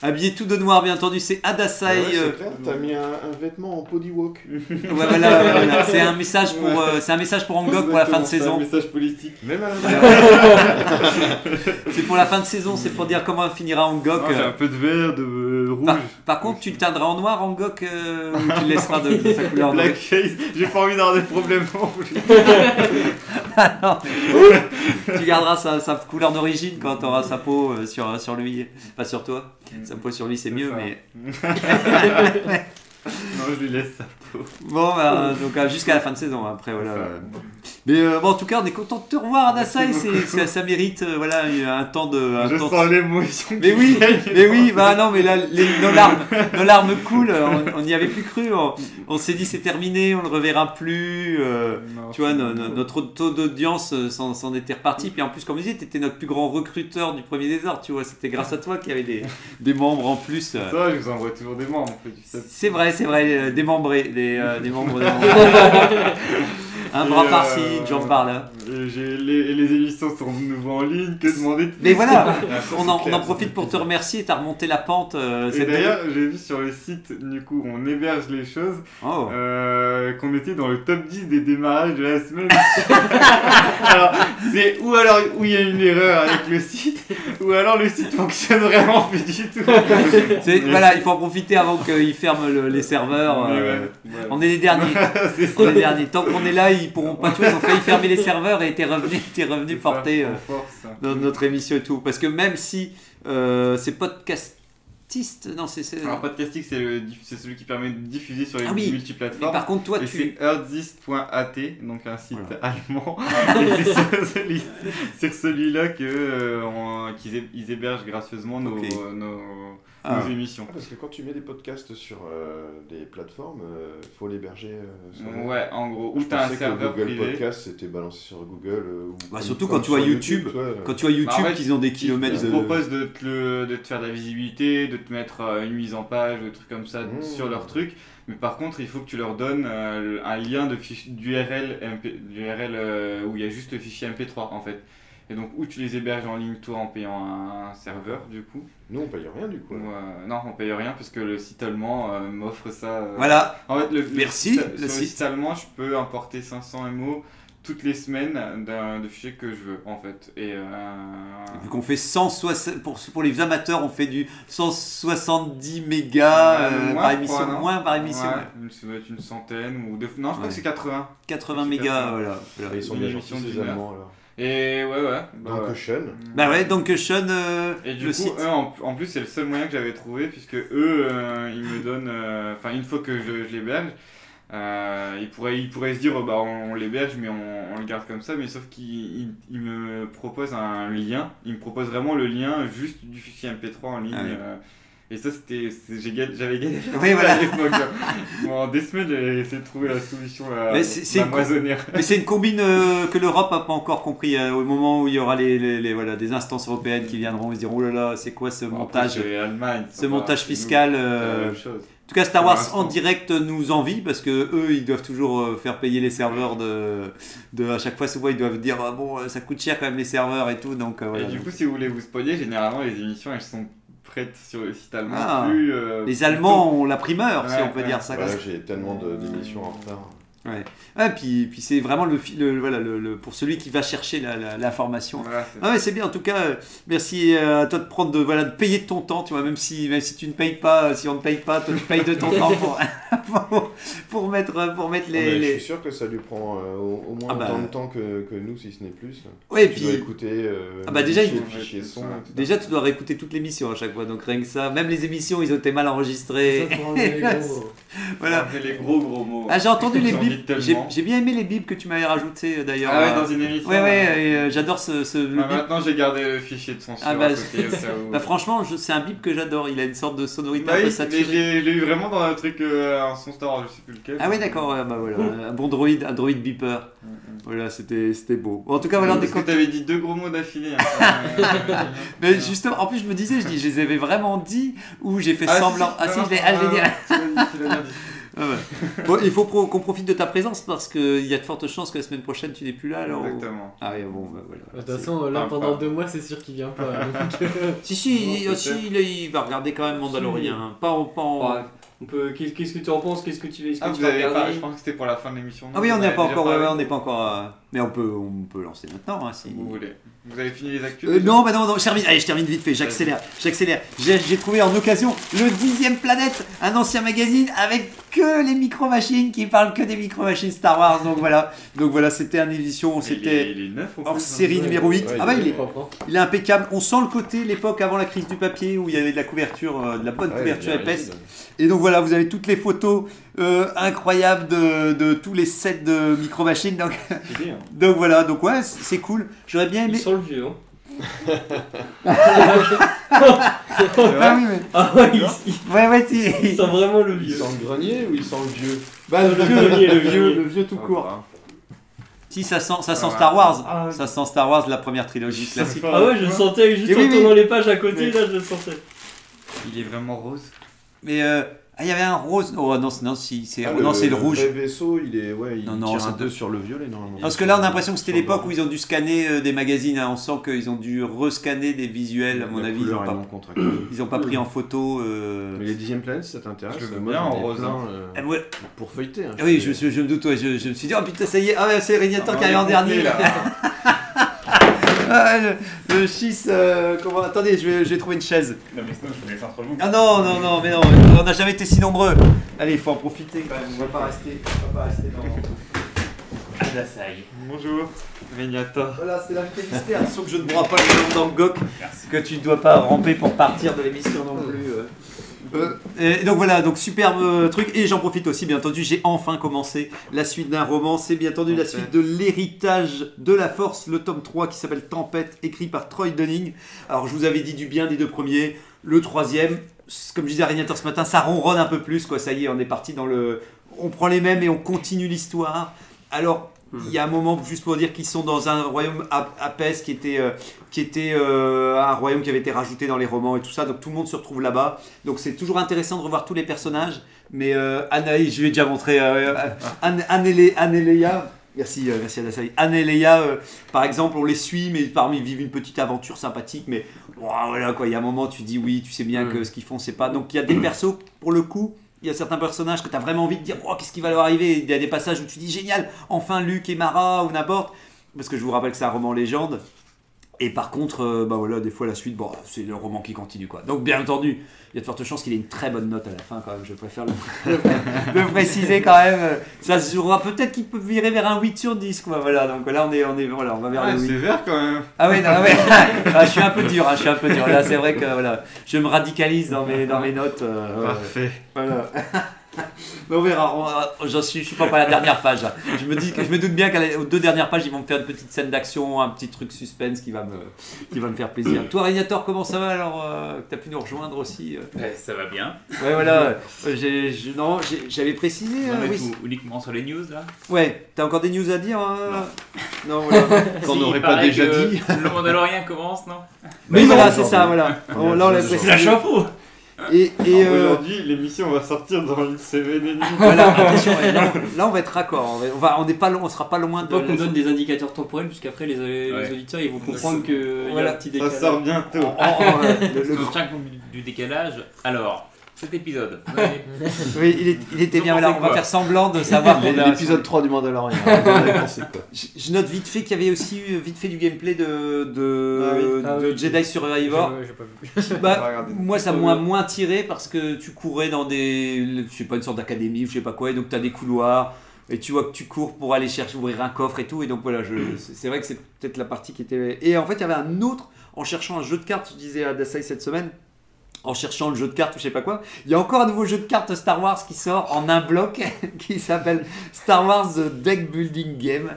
S1: habillé tout de noir, bien entendu, c'est
S3: Ah
S1: Adasai.
S3: ouais, c'est
S1: euh,
S3: clair, t'as mis un, un vêtement en podywalk.
S1: Ouais, voilà, ouais, voilà. c'est un message pour euh, c'est un message pour Angok pour la fin de
S6: Un
S1: saison.
S6: message politique.
S3: Même à la
S1: C'est pour la fin de saison, c'est pour dire comment finira Angok.
S6: Ah, J'ai un peu de vert, de euh, rouge.
S1: Par, par contre, tu le teindras en noir Angok euh, ou tu le laisseras de, de sa couleur noire
S6: Blackface, j'ai pas envie d'avoir des problèmes. en rouge.
S1: Tu garderas sa, sa couleur d'origine quand tu auras sa peau euh, sur, sur lui, pas sur toi. Sa peau sur lui, c'est mieux,
S6: ça.
S1: mais
S6: Non, je lui laisse ça.
S1: bon, bah, euh, donc euh, jusqu'à la fin de saison après voilà.
S6: Ça, ouais.
S1: Mais euh, bon, en tout cas, on est content de te revoir, Adasai.
S6: Merci
S1: c'est- Ça, ça mérite euh, voilà un temps de un
S6: je
S1: temps de-
S6: sens l'émotion.
S1: Mais
S6: qui
S1: oui,
S6: gagne.
S1: mais oui, bah non, mais là, les- nos larmes, nos larmes coulent. On n'y avait plus cru. On, on s'est dit c'est terminé, on ne le reverra plus. euh,
S6: Non,
S1: tu vois,
S6: c'est-
S1: no- no- notre taux d'audience euh, s'en s'en était reparti. Puis en plus, comme je disais, t'étais notre plus grand recruteur du premier désordre. Tu vois, c'était grâce à toi qu'il y avait des, des membres en plus. euh.
S6: Ça, va, Ah je vous envoie toujours des membres. en fait, du fait.
S1: C'est vrai, c'est vrai, euh, démembrés, des, euh, des membres. démembrés. Un
S6: Et,
S1: bras par-ci,
S6: euh,
S1: une jambe par-là.
S6: et Euh, j'ai- les, et les émissions sont de nouveau en ligne. Que demander de plus
S1: Mais voilà,
S6: Ah, ça,
S1: on
S6: c'est
S1: en, on
S6: clair,
S1: en
S6: ça,
S1: profite
S6: c'est
S1: pour te
S6: clair.
S1: remercier. T'as remonté la pente. euh,
S6: Et
S1: cette-
S6: d'ailleurs, j'ai vu sur le site, du coup, on héberge les choses,
S1: Oh.
S6: euh, qu'on était dans le top 10 des démarrages de la semaine. alors, c'est ou alors où il y a une erreur avec le site, ou alors le site fonctionne vraiment plus du tout.
S1: C'est-
S6: Mais-
S1: Voilà, il faut en profiter avant qu'ils ferment le- les serveurs.
S6: Mais
S1: euh,
S6: ouais, voilà.
S1: On est les derniers.
S6: C'est ça.
S1: On est les derniers. Tant qu'on est là, ils pourront pas tuer. Ils ont failli fermer les serveurs et t'es revenu, t'es revenu
S6: C'est ça,
S1: porter euh,
S6: en force.
S1: dans notre émission et tout. Parce que même si euh, c'est podcastiste, non, c'est. c'est-
S6: Alors, Podcasting, c'est le diff- c'est celui qui permet de diffuser sur les
S1: Ah oui. Mais
S6: multiplateformes.
S1: par contre, toi,
S6: et
S1: tu.
S6: c'est herdzist.at, donc un site
S1: Voilà.
S6: allemand. et c'est sur, celui- sur celui-là que, euh, on- qu'ils hé- ils hébergent gracieusement nos,
S1: Ok.
S6: nos- nos
S1: Ah.
S6: émissions.
S3: Ah, parce que quand tu mets des podcasts sur euh, des plateformes, euh, faut l'héberger euh, sur
S6: Ouais, en gros, ou
S3: Je
S6: t'as un
S3: pensais que
S6: serveur
S3: Google
S6: privé.
S3: Podcast c'était balancé sur Google. euh, ou
S1: Bah,
S3: comme-
S1: surtout
S3: comme
S1: quand tu vois
S3: sur
S1: YouTube,
S3: toi, euh.
S1: Quand tu vois YouTube,
S6: Bah, en fait,
S1: qu'ils ont des
S6: Ils
S1: kilomètres
S6: te
S1: de.
S6: proposent de te, le- de te faire de la visibilité, de te mettre euh, une mise en page, des trucs comme ça
S3: Mmh.
S6: sur leur truc. Mais par contre, il faut que tu leur donnes euh, un lien de fiche d'URL MP, d'URL, euh, où il y a juste le fichier MP3 en fait. Et donc, ou tu les héberges en ligne toi en payant un serveur du coup.
S3: euh. Nous on paye rien du coup.
S6: Ou, euh, non, on paye rien parce que le site allemand euh, m'offre ça. euh,
S1: Voilà,
S6: en fait, le, le
S1: Merci,
S6: site-
S1: le
S6: sur le
S1: site.
S6: site allemand, je peux importer 500 MO toutes les semaines d'un- de fichiers que je veux, en fait. Et, euh,
S1: Et vu qu'on fait 160, pour, pour les amateurs, on fait du 170 mégas
S6: Ouais,
S1: euh,
S6: Ah, moins,
S1: par
S6: je
S1: émission,
S6: crois, non
S1: moins par émission,
S6: Ouais,
S1: ouais.
S6: une- ça doit être une centaine ou deux. Non, je crois
S1: Ouais.
S6: que c'est 80.
S1: 80
S6: C'est
S1: mégas,
S6: 80.
S1: voilà.
S3: Ah,
S1: voilà.
S3: ils sont
S6: une
S3: bien
S6: émission
S3: gentils ces
S6: d'une heure.
S3: Allemands alors.
S6: Et ouais, ouais. bah
S3: Donc
S6: ouais.
S3: Ocean.
S1: Bah ouais, donc Sean, euh,
S6: Et du
S1: le
S6: coup,
S1: site.
S6: eux, en, en plus, c'est le seul moyen que j'avais trouvé, puisque eux, euh, ils me donnent. euh, Enfin, une fois que je, je l'héberge, euh, ils, pourraient, ils pourraient se dire, oh, bah, on, on l'héberge, mais on, on le garde comme ça. Mais sauf qu'ils ils- ils me proposent un lien. Ils me proposent vraiment le lien juste du fichier MP3 en ligne.
S1: Ah oui.
S6: euh, et ça, c'était. c'est- j'ai gal- J'avais galéré à
S1: Oui, voilà.
S6: trouver à l'époque. Pendant des semaines, j'avais essayé de trouver la solution à
S1: Mais c'est- c'est
S6: la moisonnière.
S1: Mais c'est une combine euh, que l'Europe n'a pas encore compris. euh, au moment où il y aura les, les- les- voilà, des instances européennes qui viendront et se diront Oh là là, c'est quoi ce
S6: Bon, après,
S1: montage
S6: c'est Allemagne, ça
S1: ce
S6: va,
S1: montage
S6: chez nous,
S1: fiscal
S6: c'est la
S1: euh,
S6: même chose.
S1: En tout cas, Star
S6: Pour
S1: Wars
S6: l'instant.
S1: en direct nous envie parce que eux, ils doivent toujours euh, faire payer les serveurs de, de à chaque fois. Souvent, ils doivent dire ah bon, euh, ça coûte cher quand même les serveurs et tout. Donc euh, voilà.
S6: Et du coup, si vous voulez vous spoiler, généralement les émissions elles sont prêtes sur le site allemand.
S1: Ah.
S6: plus, euh,
S1: les
S6: plus
S1: Allemands ont la primeur, si
S6: Ouais,
S1: on peut
S6: ouais.
S1: dire ça. comme ça.
S3: Voilà, j'ai tellement de- d'émissions en retard.
S1: Ah, puis puis c'est vraiment le, fi- le- voilà le, le- pour celui qui va chercher la, la, la
S6: tôt.
S1: formation.
S6: Voilà, c'est-
S1: Ah mais c'est bien en tout cas euh, merci euh, à toi de prendre de voilà de payer de ton temps tu vois même si même si tu ne payes pas euh, si on ne paye pas toi tu payes de ton temps pour, pour, pour mettre, euh, pour mettre
S3: Ah, mais
S1: les.
S3: Je
S1: les-
S3: suis sûr que ça lui prend euh, au, au moins
S1: Ah bah.
S3: autant de temps que, que nous, si ce n'est plus.
S1: Ouais, et
S3: tu dois
S1: puis.
S3: écouter euh,
S1: Ah bah déjà,
S3: fichier,
S1: il-
S3: fichier son, etc.
S1: Déjà, tu dois réécouter toute l'émission à chaque fois, donc rien que ça. Même les émissions, ils ont été mal enregistrées.
S4: Ça, pour enlever les gros.
S1: Voilà.
S6: Enlever les gros gros mots.
S1: Ah, j'ai entendu les
S6: J'en dis
S1: bips.
S6: tellement.
S1: J'ai j'ai bien aimé les bips que tu m'avais rajoutés euh, d'ailleurs.
S6: Ah ouais,
S1: Euh,
S6: dans une émission.
S1: ouais, ouais,
S6: euh,
S1: et, euh, j'adore ce, ce le
S6: bah,
S1: bip.
S6: maintenant, j'ai gardé le fichier de censure
S1: Ah bah,
S6: à côté, au cas où.
S1: Bah, franchement, je- c'est un bip que j'adore. Il a une sorte de sonorité
S6: Bah
S1: un peu
S6: oui, mais
S1: saturée.
S6: j'ai j'ai eu vraiment dans un truc, euh, un son star, je sais plus lequel.
S1: Ah oui, d'accord, ouais, bah voilà, un bon droïde, un droïde beeper.
S6: Mm, mm.
S1: Voilà, c'était c'était beau. En tout cas, voilà, des
S6: Parce que t'avais dit deux gros mots d'affilée. hein, ça, euh,
S1: Mais justement, en plus, je me disais, je dis, je les avais vraiment dit ou j'ai fait semblant. ah si, je l'ai ah, je l'ai dit. Ah, ouais. Bon, il faut pro- qu'on profite de ta présence parce qu'il y a de fortes chances que la semaine prochaine tu n'es plus là. Alors...
S6: Exactement.
S1: Ah oui, bon, bah, voilà.
S4: De toute façon, là,
S6: Ah,
S4: pendant
S6: pas.
S4: deux mois, c'est sûr qu'il vient pas. donc, euh,
S1: Si, si, il,
S6: Bon,
S1: si, il, il va regarder quand même Mandalorian. hein. Pas en. Pas en-
S2: euh, Ouais. On peut. Qu'est-ce qu'est-ce que tu en penses Qu'est-ce que tu est-ce que
S6: Ah,
S2: tu
S6: vous
S2: vas
S6: avez pas,
S2: regarder
S6: je pense que c'était pour la fin de l'émission. non
S1: Ah oui, on n'est
S6: avait
S1: pas
S6: déjà
S1: encore. ouais,
S6: parlé.
S1: ouais, on n'est pas encore. euh, Mais on peut, on peut lancer maintenant. hein, si...
S6: Vous voulez. Vous avez fini les actus
S1: Euh,
S6: déjà
S1: non, bah non, non, je termine. Allez, je termine vite fait. J'accélère, j'accélère. J'ai j'ai trouvé en occasion le dixième planète, un ancien magazine avec que les micro-machines qui parlent que des micro-machines Star Wars. Donc voilà, donc voilà, c'était une édition,
S6: Mais il
S1: c'était
S6: est- Il est neuf au
S1: hors
S6: plus,
S1: série
S4: ouais.
S1: numéro 8.
S3: Ouais,
S1: ah bah
S3: il
S1: il
S3: est-
S1: est,
S4: propre, hein.
S1: il est impeccable. On sent le côté l'époque avant la crise du papier où il y avait de la couverture, euh, de la bonne
S3: Ouais,
S1: couverture
S3: bien
S1: épaisse.
S3: rigide.
S1: Et donc voilà, vous avez toutes les photos euh, incroyables de, de tous les sets de micro-machines. Donc,
S6: hein. C'est bien.
S1: donc voilà, donc ouais, c'est c'est cool. J'aurais bien
S2: Il
S1: aimé.
S2: sent le vieux. Hein.
S1: Ah oui, mais-
S2: Ah ouais, il, il-
S1: ouais, ouais, si.
S2: il sent vraiment le
S3: Il
S2: vieux.
S3: sent le grenier ou il sent le vieux
S1: Bah,
S2: le vieux, le vieux.
S1: vieux tout
S6: Ah, bah.
S1: Si, ça sent, ça sent
S6: Voilà.
S1: Star Wars.
S2: Ah,
S1: Ça sent Star Wars, la première trilogie classique.
S2: ah ouais, je le sentais juste
S1: Et oui,
S2: en
S1: mais-
S2: tournant les pages à côté,
S1: Mais-
S2: là je le sentais.
S6: Il est vraiment rose.
S1: Mais euh, ah, il y avait un rose. Oh non, c'est- non, si, c'est
S3: Ah,
S1: oh, non, c'est le, rouge.
S3: vrai vaisseau, il est ouais, il
S1: Non, non,
S3: tire
S1: ça
S3: un peu
S1: te-
S3: sur le violet normalement.
S1: Non, Parce que là, on a l'impression que c'était l'époque où ils ont dû scanner euh, des magazines. hein. On sent qu'ils ont dû rescanner des visuels, à mon avis. Ils
S3: couleur
S1: n'ont
S3: est
S1: pas,
S3: non contractile.
S1: ils ont pas pris en photo. euh,
S3: Mais les dixièmes planètes, ça t'intéresse
S6: Je le veux
S3: Moi,
S6: bien
S3: j'en
S6: en
S3: ai
S6: rose,
S3: plein,
S6: hein.
S3: euh,
S1: Ah, ouais.
S3: pour feuilleter. hein,
S1: Ah oui, je,
S3: fais-
S1: je- je me doute, ouais, je, je me suis dit, oh putain, ça y est, ah ouais, c'est Régnator qui arrive en dernier.
S6: là.
S1: Ah, le, le schiste, euh, comment... Attendez, je vais, je vais trouver une chaise.
S6: Non, mais sinon, je vous laisse entre vous.
S1: Ah non, non, non, mais non, on n'a jamais été si nombreux. Allez, il faut en profiter quand même, on va pas rester, on va pas rester dans... Ah bah ça y est.
S6: Bonjour, Vignata.
S1: Voilà, c'est l'invité mystère, sauf que je ne bois pas le nom d'Angok, que tu ne dois pas ramper pour partir de l'émission non plus. euh. Euh, et donc voilà, donc superbe euh, truc, et j'en profite aussi, bien entendu, j'ai enfin commencé la suite d'un roman, c'est bien entendu la
S6: Parfait.
S1: suite de L'héritage de la force, le tome 3 qui s'appelle Tempête, écrit par Troy Dunning. Alors je vous avais dit du bien des deux premiers, le troisième, c- comme je disais à Régnator ce matin, ça ronronne un peu plus, quoi, ça y est, on est parti dans le... On prend les mêmes et on continue l'histoire. Alors, il y a un moment, juste pour dire qu'ils sont dans un royaume ap- Apes qui était, euh, qui était euh, un royaume qui avait été rajouté dans les romans et tout ça, donc tout le monde se retrouve là-bas. Donc c'est toujours intéressant de revoir tous les personnages, mais euh, Anaïs, je lui ai déjà montré, euh, euh, Anne- Anne et Lé- Anne et Léa. Merci, euh, merci Adassai. Anne et Léa, euh, par exemple, on les suit, mais parmi ils vivent une petite aventure sympathique, mais ouah, Oh, voilà quoi, il y a un moment tu dis oui, tu sais bien
S4: Mm.
S1: que ce qu'ils font, c'est pas. Donc il y a des persos, pour le coup, il y a certains personnages que tu as vraiment envie de dire, oh, qu'est-ce qui va leur arriver Il y a des passages où tu dis, génial, enfin Luc et Mara ou n'importe. Parce que je vous rappelle que c'est un roman légende. Et par contre, euh, bah voilà, des fois la suite, bon, c'est le roman qui continue quoi. Donc bien entendu, il y a de fortes chances qu'il ait une très bonne note à la fin quand même, je préfère le, le préciser quand même. Ça se jouera peut-être qu'il peut virer vers un 8 sur 10 quoi, voilà. Donc là on est, on est, voilà, on va vers
S6: Ah,
S1: le 8.
S6: c'est vert quand même.
S1: Ah oui, non, ouais. Ah, je suis un peu dur, hein, je suis un peu dur. Là, c'est vrai que voilà, je me radicalise dans mes, dans mes notes. euh, ouais.
S6: Parfait.
S1: Voilà. Mais on verra, on verra. Oh, j'en suis, je suis pas encore à la dernière page. là. Je me dis que je me doute bien qu'aux deux dernières pages, ils vont me faire une petite scène d'action, un petit truc suspense qui va me, qui va me faire plaisir. Toi, Régnator, comment ça va alors euh, que t'as pu nous rejoindre aussi euh
S7: Eh, ça va bien.
S1: Ouais, voilà. euh, j'ai- j'ai- non, j'ai- j'avais précisé. euh,
S7: On est
S1: oui.
S7: tout- uniquement sur les news là.
S1: Ouais, t'as encore des news à dire hein Non, voilà.
S7: Qu'on n'aurait pas déjà dit. Le Mandalorian commence, non
S1: Mais
S3: non,
S1: voilà, c'est
S3: aujourd'hui.
S1: ça, voilà. On- là, on l'a
S3: C'est
S1: précisé.
S7: la chapeau
S1: Et, et
S6: Alors,
S1: euh,
S6: Aujourd'hui, l'émission va sortir dans une semaine et demie.
S1: voilà, attention, ouais, là, on- là, on va être raccord. On, va, on, va- on est pas, lo- on sera pas loin
S2: Faut
S1: de.
S2: pas qu'on
S1: la-
S2: donne des indicateurs temporels, puisqu'après les, les
S7: Ouais.
S2: auditeurs ils vont comprendre que il y
S1: Voilà.
S2: a un petit
S6: Ça
S2: décalage.
S1: Ah,
S6: sort bientôt.
S1: En- en- ouais, le-
S7: Parce
S1: le-
S7: qu'on tient compte du- du décalage. Alors, cet épisode.
S1: Oui, il, est- il était
S7: Vous
S1: bien.
S7: pensez
S1: Voilà, on va
S7: quoi
S1: faire semblant de savoir. qu'on a-
S3: L'épisode 3 du Mandalorian. Vous en avez pensé quoi
S1: Je, je note vite fait qu'il y avait aussi eu vite fait du gameplay de, de,
S4: Ah oui. Ah
S1: de
S4: oui.
S1: Jedi Survivor.
S4: J'ai- j'ai pas vu.
S1: Bah,
S6: On va regarder. Euh,
S1: moi, ça m'a moins tiré parce que tu courais dans des, je sais pas, une sorte d'académie ou je sais pas quoi, et donc tu as des couloirs, et tu vois que tu cours pour aller chercher, ouvrir un coffre et tout, et donc voilà, je, c'est c'est vrai que c'est peut-être la partie qui était. Et en fait, il y avait un autre, en cherchant un jeu de cartes, je disais à Dasai cette semaine, en cherchant le jeu de cartes ou je sais pas quoi, il y a encore un nouveau jeu de cartes Star Wars qui sort en un bloc, qui s'appelle Star Wars The Deck Building Game.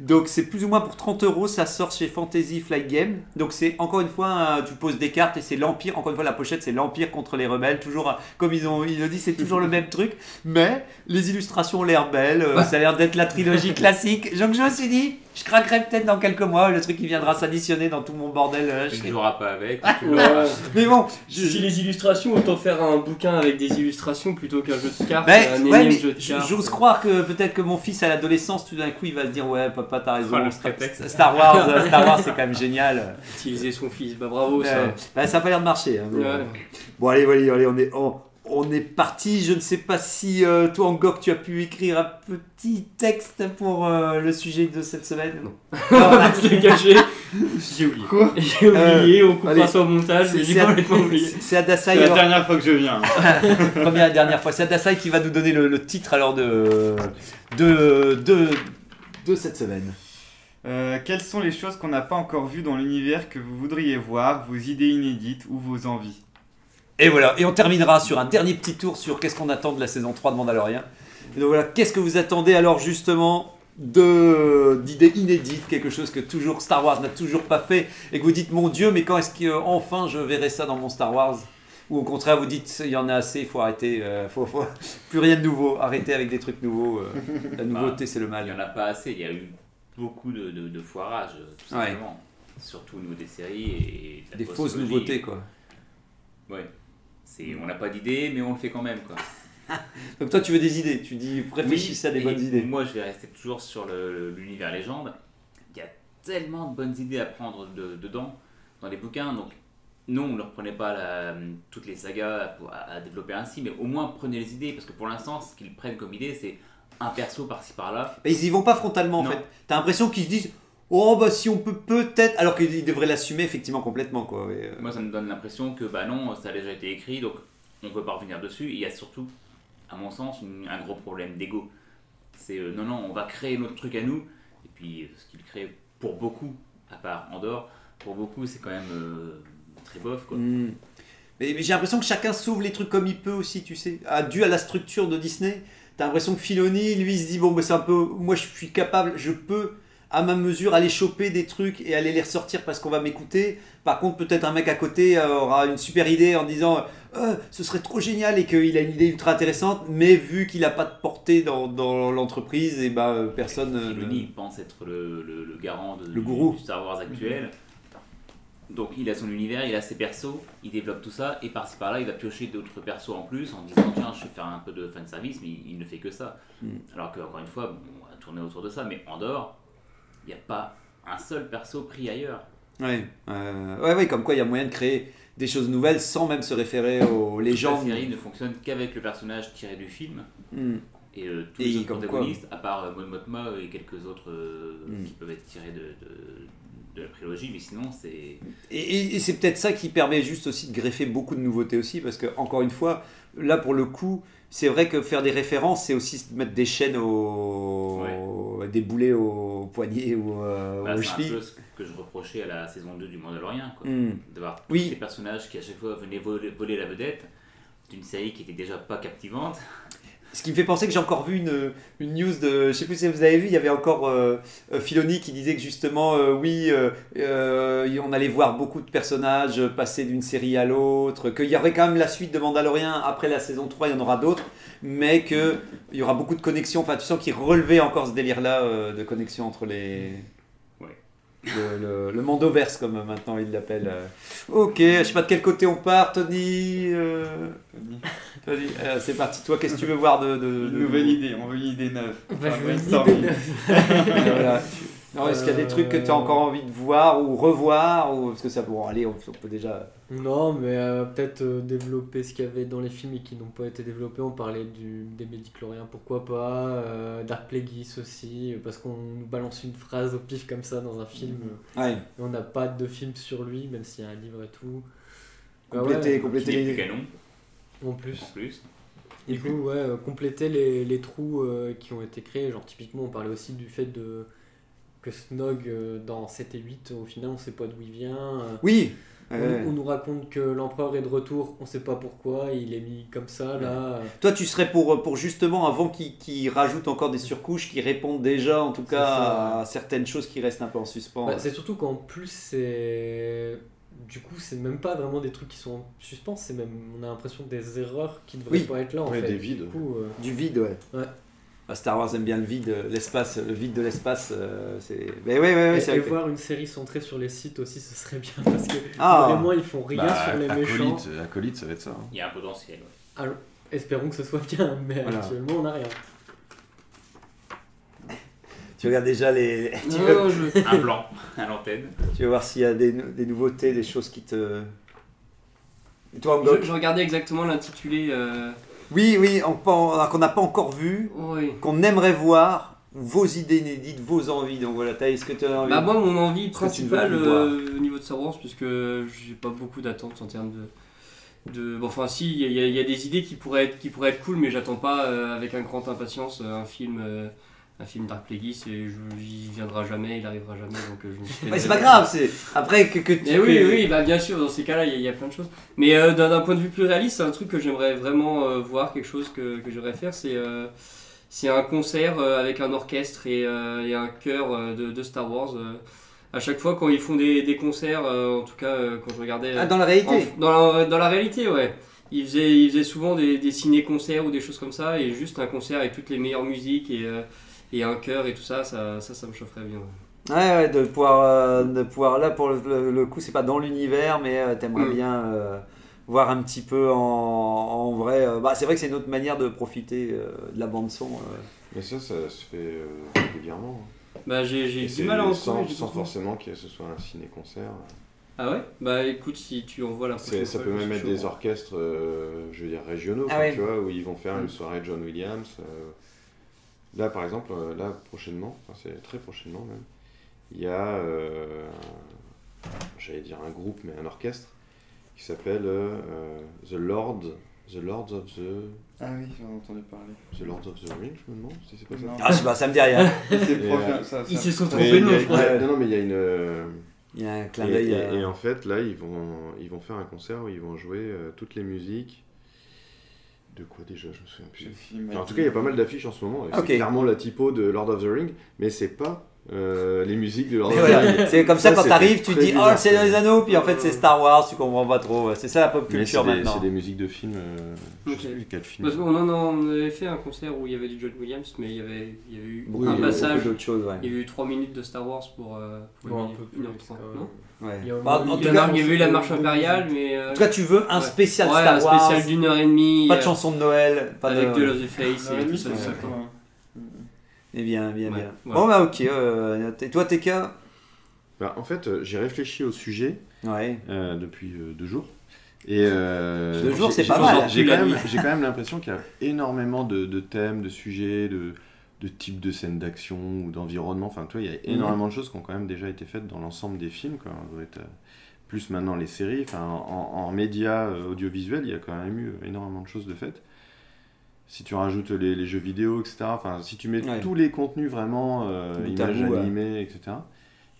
S1: Donc c'est plus ou moins pour 30 euros, ça sort chez Fantasy Flight Game. Donc c'est encore une fois, un- tu poses des cartes et c'est l'Empire, encore une fois la pochette c'est l'Empire contre les rebelles, toujours un- comme ils ont ils l'ont dit, c'est toujours le même truc, mais les illustrations ont l'air belles, euh, ça a l'air d'être la trilogie classique. Donc je me suis dit, je craquerai peut-être dans quelques mois, le truc qui viendra s'additionner dans tout mon bordel. euh, je
S7: Tu
S1: sais
S7: ne joueras pas avec.
S1: Ah,
S7: tu l'auras.
S2: Ouais.
S1: pas. Mais bon, je-
S2: Si les illustrations, autant faire un bouquin avec des illustrations plutôt qu'un jeu de cartes,
S1: Mais,
S2: Bah, un
S1: Bah, ouais,
S2: énième
S1: mais
S2: jeu de
S1: j-
S2: cartes. euh,
S1: j'ose croire que peut-être que mon fils à l'adolescence, tout d'un coup, il va se dire Ouais, papa, t'as raison.
S7: Oh, le
S1: Star,
S7: prétexte.
S1: Star Wars, euh, Star Wars, c'est quand même génial.
S2: Utiliser son fils, bah bravo
S1: Ouais.
S2: ça.
S1: Bah, ça a pas l'air de marcher. hein, mais-
S2: Ouais.
S1: Bon, allez, allez, allez, on est, on, on est parti. Je ne sais pas si euh, toi, Angok, tu as pu écrire un petit texte pour euh, le sujet de cette semaine.
S2: Non.
S1: Non,
S2: Ah, je l'ai gâché. J'ai oublié.
S5: Quoi
S2: J'ai oublié, on coupera
S1: Euh, allez.
S2: ça au montage, mais
S1: c'est-
S2: j'ai
S1: c'est à-
S2: complètement oublié.
S1: c'est- c'est à
S6: C'est
S1: Dasai,
S6: la
S1: alors,
S6: dernière fois que je viens.
S1: première et dernière fois. C'est à Dasai qui va nous donner le, le titre alors de, de, de, de cette semaine.
S6: Euh, quelles sont les choses qu'on n'a pas encore vues dans l'univers que vous voudriez voir, vos idées inédites ou vos envies
S1: Et voilà, et on terminera sur un dernier petit tour sur qu'est-ce qu'on attend de la saison 3 de Mandalorian. Et donc voilà, qu'est-ce que vous attendez alors justement de d'idées inédites, quelque chose que toujours Star Wars n'a toujours pas fait et que vous dites mon dieu, mais quand est-ce que euh, enfin je verrai ça dans mon Star Wars ou au contraire vous dites il y en a assez, il faut arrêter, euh, faut, faut- plus rien de nouveau, arrêtez avec des trucs nouveaux, euh, la nouveauté c'est le
S7: Bah, Il n'y
S1: mal.
S7: en a pas assez. Il y a eu beaucoup de, de, de foirages, tout
S1: Ouais.
S7: simplement. Surtout au niveau des séries et de la
S1: Des fausses
S7: postologie.
S1: nouveautés quoi.
S7: Ouais. C'est- On n'a pas d'idée, mais on le fait quand même. Quoi.
S1: Donc toi tu veux des idées, tu dis réfléchissez à des
S7: Et
S1: bonnes idées.
S7: Moi, je vais rester toujours sur le- l'univers légende. Il y a tellement de bonnes idées à prendre de- dedans, dans les bouquins. Donc, non, on ne reprenait pas la- toutes les sagas pour- à, à développer ainsi, mais au moins prenez les idées, parce que pour l'instant, ce qu'ils prennent comme idée, c'est un perso par-ci par-là.
S1: Mais ils y vont pas frontalement en
S7: Non.
S1: fait. T'as l'impression qu'ils se disent Oh bah si on peut peut-être. Alors qu'ils devraient l'assumer effectivement complètement quoi. Et, euh,
S7: Moi, ça me donne l'impression que, bah non, ça a déjà été écrit, donc on ne peut pas revenir dessus. Et il y a surtout, à mon sens, une- un gros problème d'ego. C'est euh, non, non, on va créer notre truc à nous. Et puis, euh, ce qu'il crée pour beaucoup, à part Andorre, pour beaucoup, c'est quand même euh, très bof. Quoi.
S1: hmm. Mais, mais j'ai l'impression que chacun sauve les trucs comme il peut aussi, tu sais. Ah, dû à la structure de Disney, t'as l'impression que Filoni, lui, il se dit Bon bah c'est un peu. Moi je suis capable, je peux à ma mesure aller choper des trucs et aller les ressortir parce qu'on va m'écouter. Par contre, peut-être un mec à côté euh, aura une super idée en disant Euh, ce serait trop génial et qu'il a une idée ultra intéressante, mais vu qu'il n'a pas de portée dans, dans l'entreprise, et bah euh, personne. euh,
S7: Filoni il pense être le, le- le garant de,
S1: Le
S7: du-
S1: gourou.
S7: du Star Wars actuel. Donc il a son univers, il a ses persos, il développe tout ça, et par-ci par-là, il va piocher d'autres persos en plus en disant tiens, je vais faire un peu de fan service, mais il, il ne fait que ça.
S1: Mm.
S7: Alors qu'encore une fois, bon, on va tourner autour de ça, mais en dehors, il n'y a pas un seul perso pris ailleurs.
S1: Ouais, euh, ouais, ouais, comme quoi il y a moyen de créer des choses nouvelles sans même se référer aux
S7: La
S1: légendes.
S7: série ne fonctionne qu'avec le personnage tiré du film,
S1: Hmm.
S7: et euh, tous
S1: Et
S7: les autres
S1: comme quoi.
S7: protagonistes, à part euh, Mon Mothma et quelques autres euh,
S1: Mm.
S7: qui peuvent être tirés de, de- de la trilogie, mais sinon c'est...
S1: Et, et- et c'est peut-être ça qui permet juste aussi de greffer beaucoup de nouveautés aussi, parce que encore une fois, là pour le coup, c'est vrai que faire des références, c'est aussi se mettre des chaînes au, des boulets au poignet ou euh,
S7: Bah,
S1: aux
S7: c'est un
S1: chevilles.
S7: peu ce que je reprochais à la saison 2 du Mandalorian, quoi.
S1: Hmm.
S7: D'avoir tous
S1: Oui.
S7: ces personnages qui à chaque fois venaient voler, voler la vedette d'une série qui était déjà pas captivante.
S1: Ce qui me fait penser que j'ai encore vu une, une news de. Je sais plus si vous avez vu, il y avait encore euh, euh, Filoni qui disait que justement, euh, oui, euh, euh, on allait voir beaucoup de personnages passer d'une série à l'autre, qu'il y aurait quand même la suite de Mandalorian après la saison 3, il y en aura d'autres, mais qu'il y aura beaucoup de connexions. Enfin, tu sens qu'il relevait encore ce délire-là euh, de connexion entre les.
S7: Ouais.
S1: Le, le, le Mandoverse, comme maintenant il l'appelle. euh. Ok, je sais pas de quel côté on part, Tony. euh, Tony, euh, c'est parti. Toi, qu'est-ce que tu veux voir de, de,
S6: Une
S1: de-
S6: nouvelle idée, on veut une idée neuve.
S4: Bah,
S6: Un
S4: je veux une
S6: brainstorming.
S4: idée
S1: Voilà. Non, est-ce qu'il y a des trucs que tu as encore envie de voir ou revoir ou... Parce que ça, bon, allez, on, on peut déjà.
S4: Non, mais euh, peut-être euh, développer ce qu'il y avait dans les films et qui n'ont pas été développés. On parlait du, des Médicloriens, pourquoi pas, euh, Dark Plagueis aussi, euh, parce qu'on nous balance une phrase au pif comme ça dans un film. euh,
S1: Ouais.
S4: Et on n'a pas de film sur lui, même s'il y a un livre et tout. Bah
S1: Compléter,
S4: ouais,
S1: compléter
S7: Qui est
S1: les.
S7: plus canon,
S4: En plus.
S7: en plus.
S4: Du coup, ouais, euh, compléter les, les trous euh, qui ont été créés. Genre, typiquement, on parlait aussi du fait de que Snog, euh, dans 7 et 8, au final, on sait pas d'où il vient. Euh,
S1: Oui Euh,
S4: on-
S1: Ouais.
S4: On, nous raconte que l'empereur est de retour, on sait pas pourquoi, il est mis comme ça, là.
S1: Toi, tu serais pour, pour justement, avant qu'ils qu'ils rajoutent encore des surcouches, qui répondent déjà, en tout cas,
S4: ça.
S1: à certaines choses qui restent un peu en suspens. euh.
S4: Bah, c'est surtout qu'en plus, c'est. Du coup, c'est même pas vraiment des trucs qui sont en suspens, c'est même. On a l'impression des erreurs qui devraient
S1: Oui.
S4: pas être là, en
S3: Ouais,
S4: fait.
S3: des vides.
S4: Du coup, euh,
S1: Du vide, ouais.
S4: Ouais.
S1: Ah, Star Wars aime bien le vide, euh, l'espace, le vide de l'espace. euh, c'est. Mais ouais, ouais, ouais,
S4: et,
S1: c'est
S4: et
S1: vrai. que-
S4: voir une série centrée sur les sites aussi, ce serait bien, parce que
S1: Ah.
S4: vraiment, ils font rien
S3: Bah,
S4: sur les méchants.
S3: acolyte, acolyte, ça va être ça. hein.
S7: Il y a un potentiel. ouais.
S4: Espérons que ce soit bien, mais
S1: Voilà.
S4: actuellement on n'a rien.
S1: Tu regardes déjà les. tu, veux-
S4: Non, je-
S7: Un plan à l'antenne.
S1: tu veux voir s'il y a des, des nouveautés, des choses qui te. Et toi, Angok
S2: Je, je regardais exactement l'intitulé. euh,
S1: Oui, oui, on- on- qu'on n'a pas encore vu,
S2: oui.
S1: qu'on aimerait voir, vos idées inédites, vos envies. Donc voilà, t'as- est-ce que tu as envie
S2: Bah moi mon envie
S1: Parce que tu ne veux
S2: principale
S1: plus voir.
S2: euh, au niveau de Star Wars puisque j'ai pas beaucoup d'attentes en termes de, de bon, enfin si il y, a- il y a- il y a des idées qui pourraient être qui pourraient être cool mais j'attends pas euh, avec un grand impatience euh, un film euh, un film Dark Plagueis et je, il viendra jamais il arrivera jamais donc euh, je me suis fait-
S1: Ouais, c'est pas grave, c'est après que, que tu.
S2: Mais oui,
S1: que-
S2: oui, bah bien sûr, dans ces cas-là, il y, a- il y a plein de choses. Mais euh, d'un d'un point de vue plus réaliste, c'est un truc que j'aimerais vraiment euh, voir, quelque chose que, que j'aimerais faire, c'est euh, c'est un concert euh, avec un orchestre et, euh, et un chœur euh, de, de Star Wars. euh. à chaque fois, quand ils font des, des concerts, euh, en tout cas, euh, quand je regardais...
S1: Ah, dans la réalité.
S2: En- dans, la, dans la réalité, ouais. Ils faisaient, ils faisaient souvent des, des ciné-concerts ou des choses comme ça, et juste un concert avec toutes les meilleures musiques et, euh, et un chœur et tout ça, ça, ça, ça me chaufferait bien.
S1: Ouais, ouais, de pouvoir, euh, de pouvoir là pour le, le- le coup, c'est pas dans l'univers, mais euh, t'aimerais
S2: Mm.
S1: bien euh, voir un petit peu en, en vrai. euh, bah, c'est vrai que c'est une autre manière de profiter euh, de la bande son. euh.
S3: Mais ça, ça se fait euh, régulièrement. hein.
S2: Bah, j'ai j'ai
S3: Et
S2: du
S3: c'est
S2: mal à en
S3: sans,
S2: trouver, du
S3: sans
S2: coup.
S3: forcément que ce soit un ciné-concert.
S2: Ah ouais Bah écoute, si tu envoies la
S3: C'est-
S2: prochaine
S3: Ça hein.
S2: fois,
S3: peut
S2: je
S3: même
S2: suis
S3: être
S2: chaud.
S3: des orchestres, euh, je veux dire, régionaux,
S1: Ah
S3: quoi,
S1: ouais.
S3: tu vois, où ils vont faire
S2: Mm.
S3: une soirée John Williams. euh. Là, par exemple, euh, là, prochainement, enfin, c'est très prochainement même, il y a, euh, un- j'allais dire un groupe, mais un orchestre, qui s'appelle euh, euh, The Lord, The Lords of the...
S6: Ah oui, j'en ai entendu parler.
S3: The Lords of the Rings, je me demande si c'est pas ça.
S6: Non.
S1: Ah, je sais pas, ça me dit rien.
S6: C'est
S3: Et,
S6: proche,
S3: euh,
S6: ça,
S2: Ils
S6: ça.
S2: se sont
S3: Mais
S2: trompés
S3: il
S2: de
S3: y a-
S2: nom,
S3: il
S2: je
S3: y
S2: crois.
S3: a- Non, non, mais il y a une... euh,
S1: Il y a un clin
S3: Et,
S1: d'œil.
S3: et-
S1: euh,
S3: et en fait, là, ils vont, ils vont faire un concert où ils vont jouer euh, toutes les musiques. De quoi déjà Je me souviens
S6: Je
S3: plus.
S6: suis mal-
S3: Enfin, en tout cas, il y a pas mal d'affiches en ce moment. et
S1: Ah, Ok.
S3: C'est clairement la typo de Lord of the Ring, mais c'est pas euh, les musiques de Lord
S1: Mais
S3: of the Ring.
S1: voilà, c'est comme ça,
S3: Ça,
S1: quand
S3: c'était
S1: t'arrives, tu
S3: très
S1: dis Oh,
S3: bizarre,
S1: c'est dans les
S3: ça.
S1: anneaux, puis en fait, c'est Star Wars, tu comprends pas trop. C'est ça la pop
S3: Mais
S1: culture
S3: c'est des,
S1: maintenant.
S3: c'est des musiques de films. euh, je sais
S2: Ok.
S3: plus quel film.
S2: Parce qu'on en a- on avait fait un concert où il y avait du John Williams, mais il y avait, il y avait eu
S1: Beaucoup-
S2: un
S1: beaucoup
S2: passage.
S1: d'autres choses, ouais.
S2: Il y a eu 3 minutes de Star Wars pour, euh, pour
S4: Bon,
S2: une-
S4: un peu
S2: une
S4: plus,
S2: heure trente,
S4: quand même.
S2: non
S1: Ouais.
S4: Il y a au
S1: Bah,
S4: moins
S1: en
S4: eu-
S2: il,
S1: tout
S2: y
S1: cas-
S2: a, il y avait eu la
S4: deux
S2: marche
S4: musiques.
S2: impériale, mais. euh,
S1: En tout cas, tu veux un
S2: Ouais.
S1: spécial
S2: ouais,
S1: Star
S2: un
S1: Wars.
S2: spécial d'une heure et demie.
S1: Pas de
S2: euh,
S1: chanson de Noël, pas
S2: Avec
S1: de.
S2: Duel of the Face
S6: Non, mais
S2: et tout
S6: lui,
S2: ça.
S6: Ah,
S2: tout
S6: c'est
S2: ça,
S6: ça,
S2: quoi.
S6: quoi.
S1: Eh bien, bien,
S2: Ouais,
S1: bien.
S2: voilà.
S1: Bon, bah, ok. euh, et toi, TK
S3: Bah, en fait, euh, j'ai réfléchi au sujet
S1: Ouais.
S3: euh, depuis euh, deux jours. Et euh,
S1: Deux jours,
S3: j'ai-
S1: c'est
S3: j'ai-
S1: pas mal.
S3: J'ai
S2: La
S3: quand,
S2: nuit.
S3: même- j'ai quand même l'impression qu'il y a énormément de, de thèmes, de sujets, de, de types de scènes d'action ou d'environnement. Enfin, tu vois, il y a
S1: Mhm.
S3: énormément de choses qui ont quand même déjà été faites dans l'ensemble des films. Quoi. On doit être, euh, plus maintenant les séries. Enfin, en, en médias euh, audiovisuels, il y a quand même eu énormément de choses de faites. Si tu rajoutes les, les jeux vidéo, etc. Enfin, si tu mets
S1: Ouais.
S3: tous les contenus vraiment, euh,
S1: Bout à
S3: images
S1: bout, ouais.
S3: animées, etc.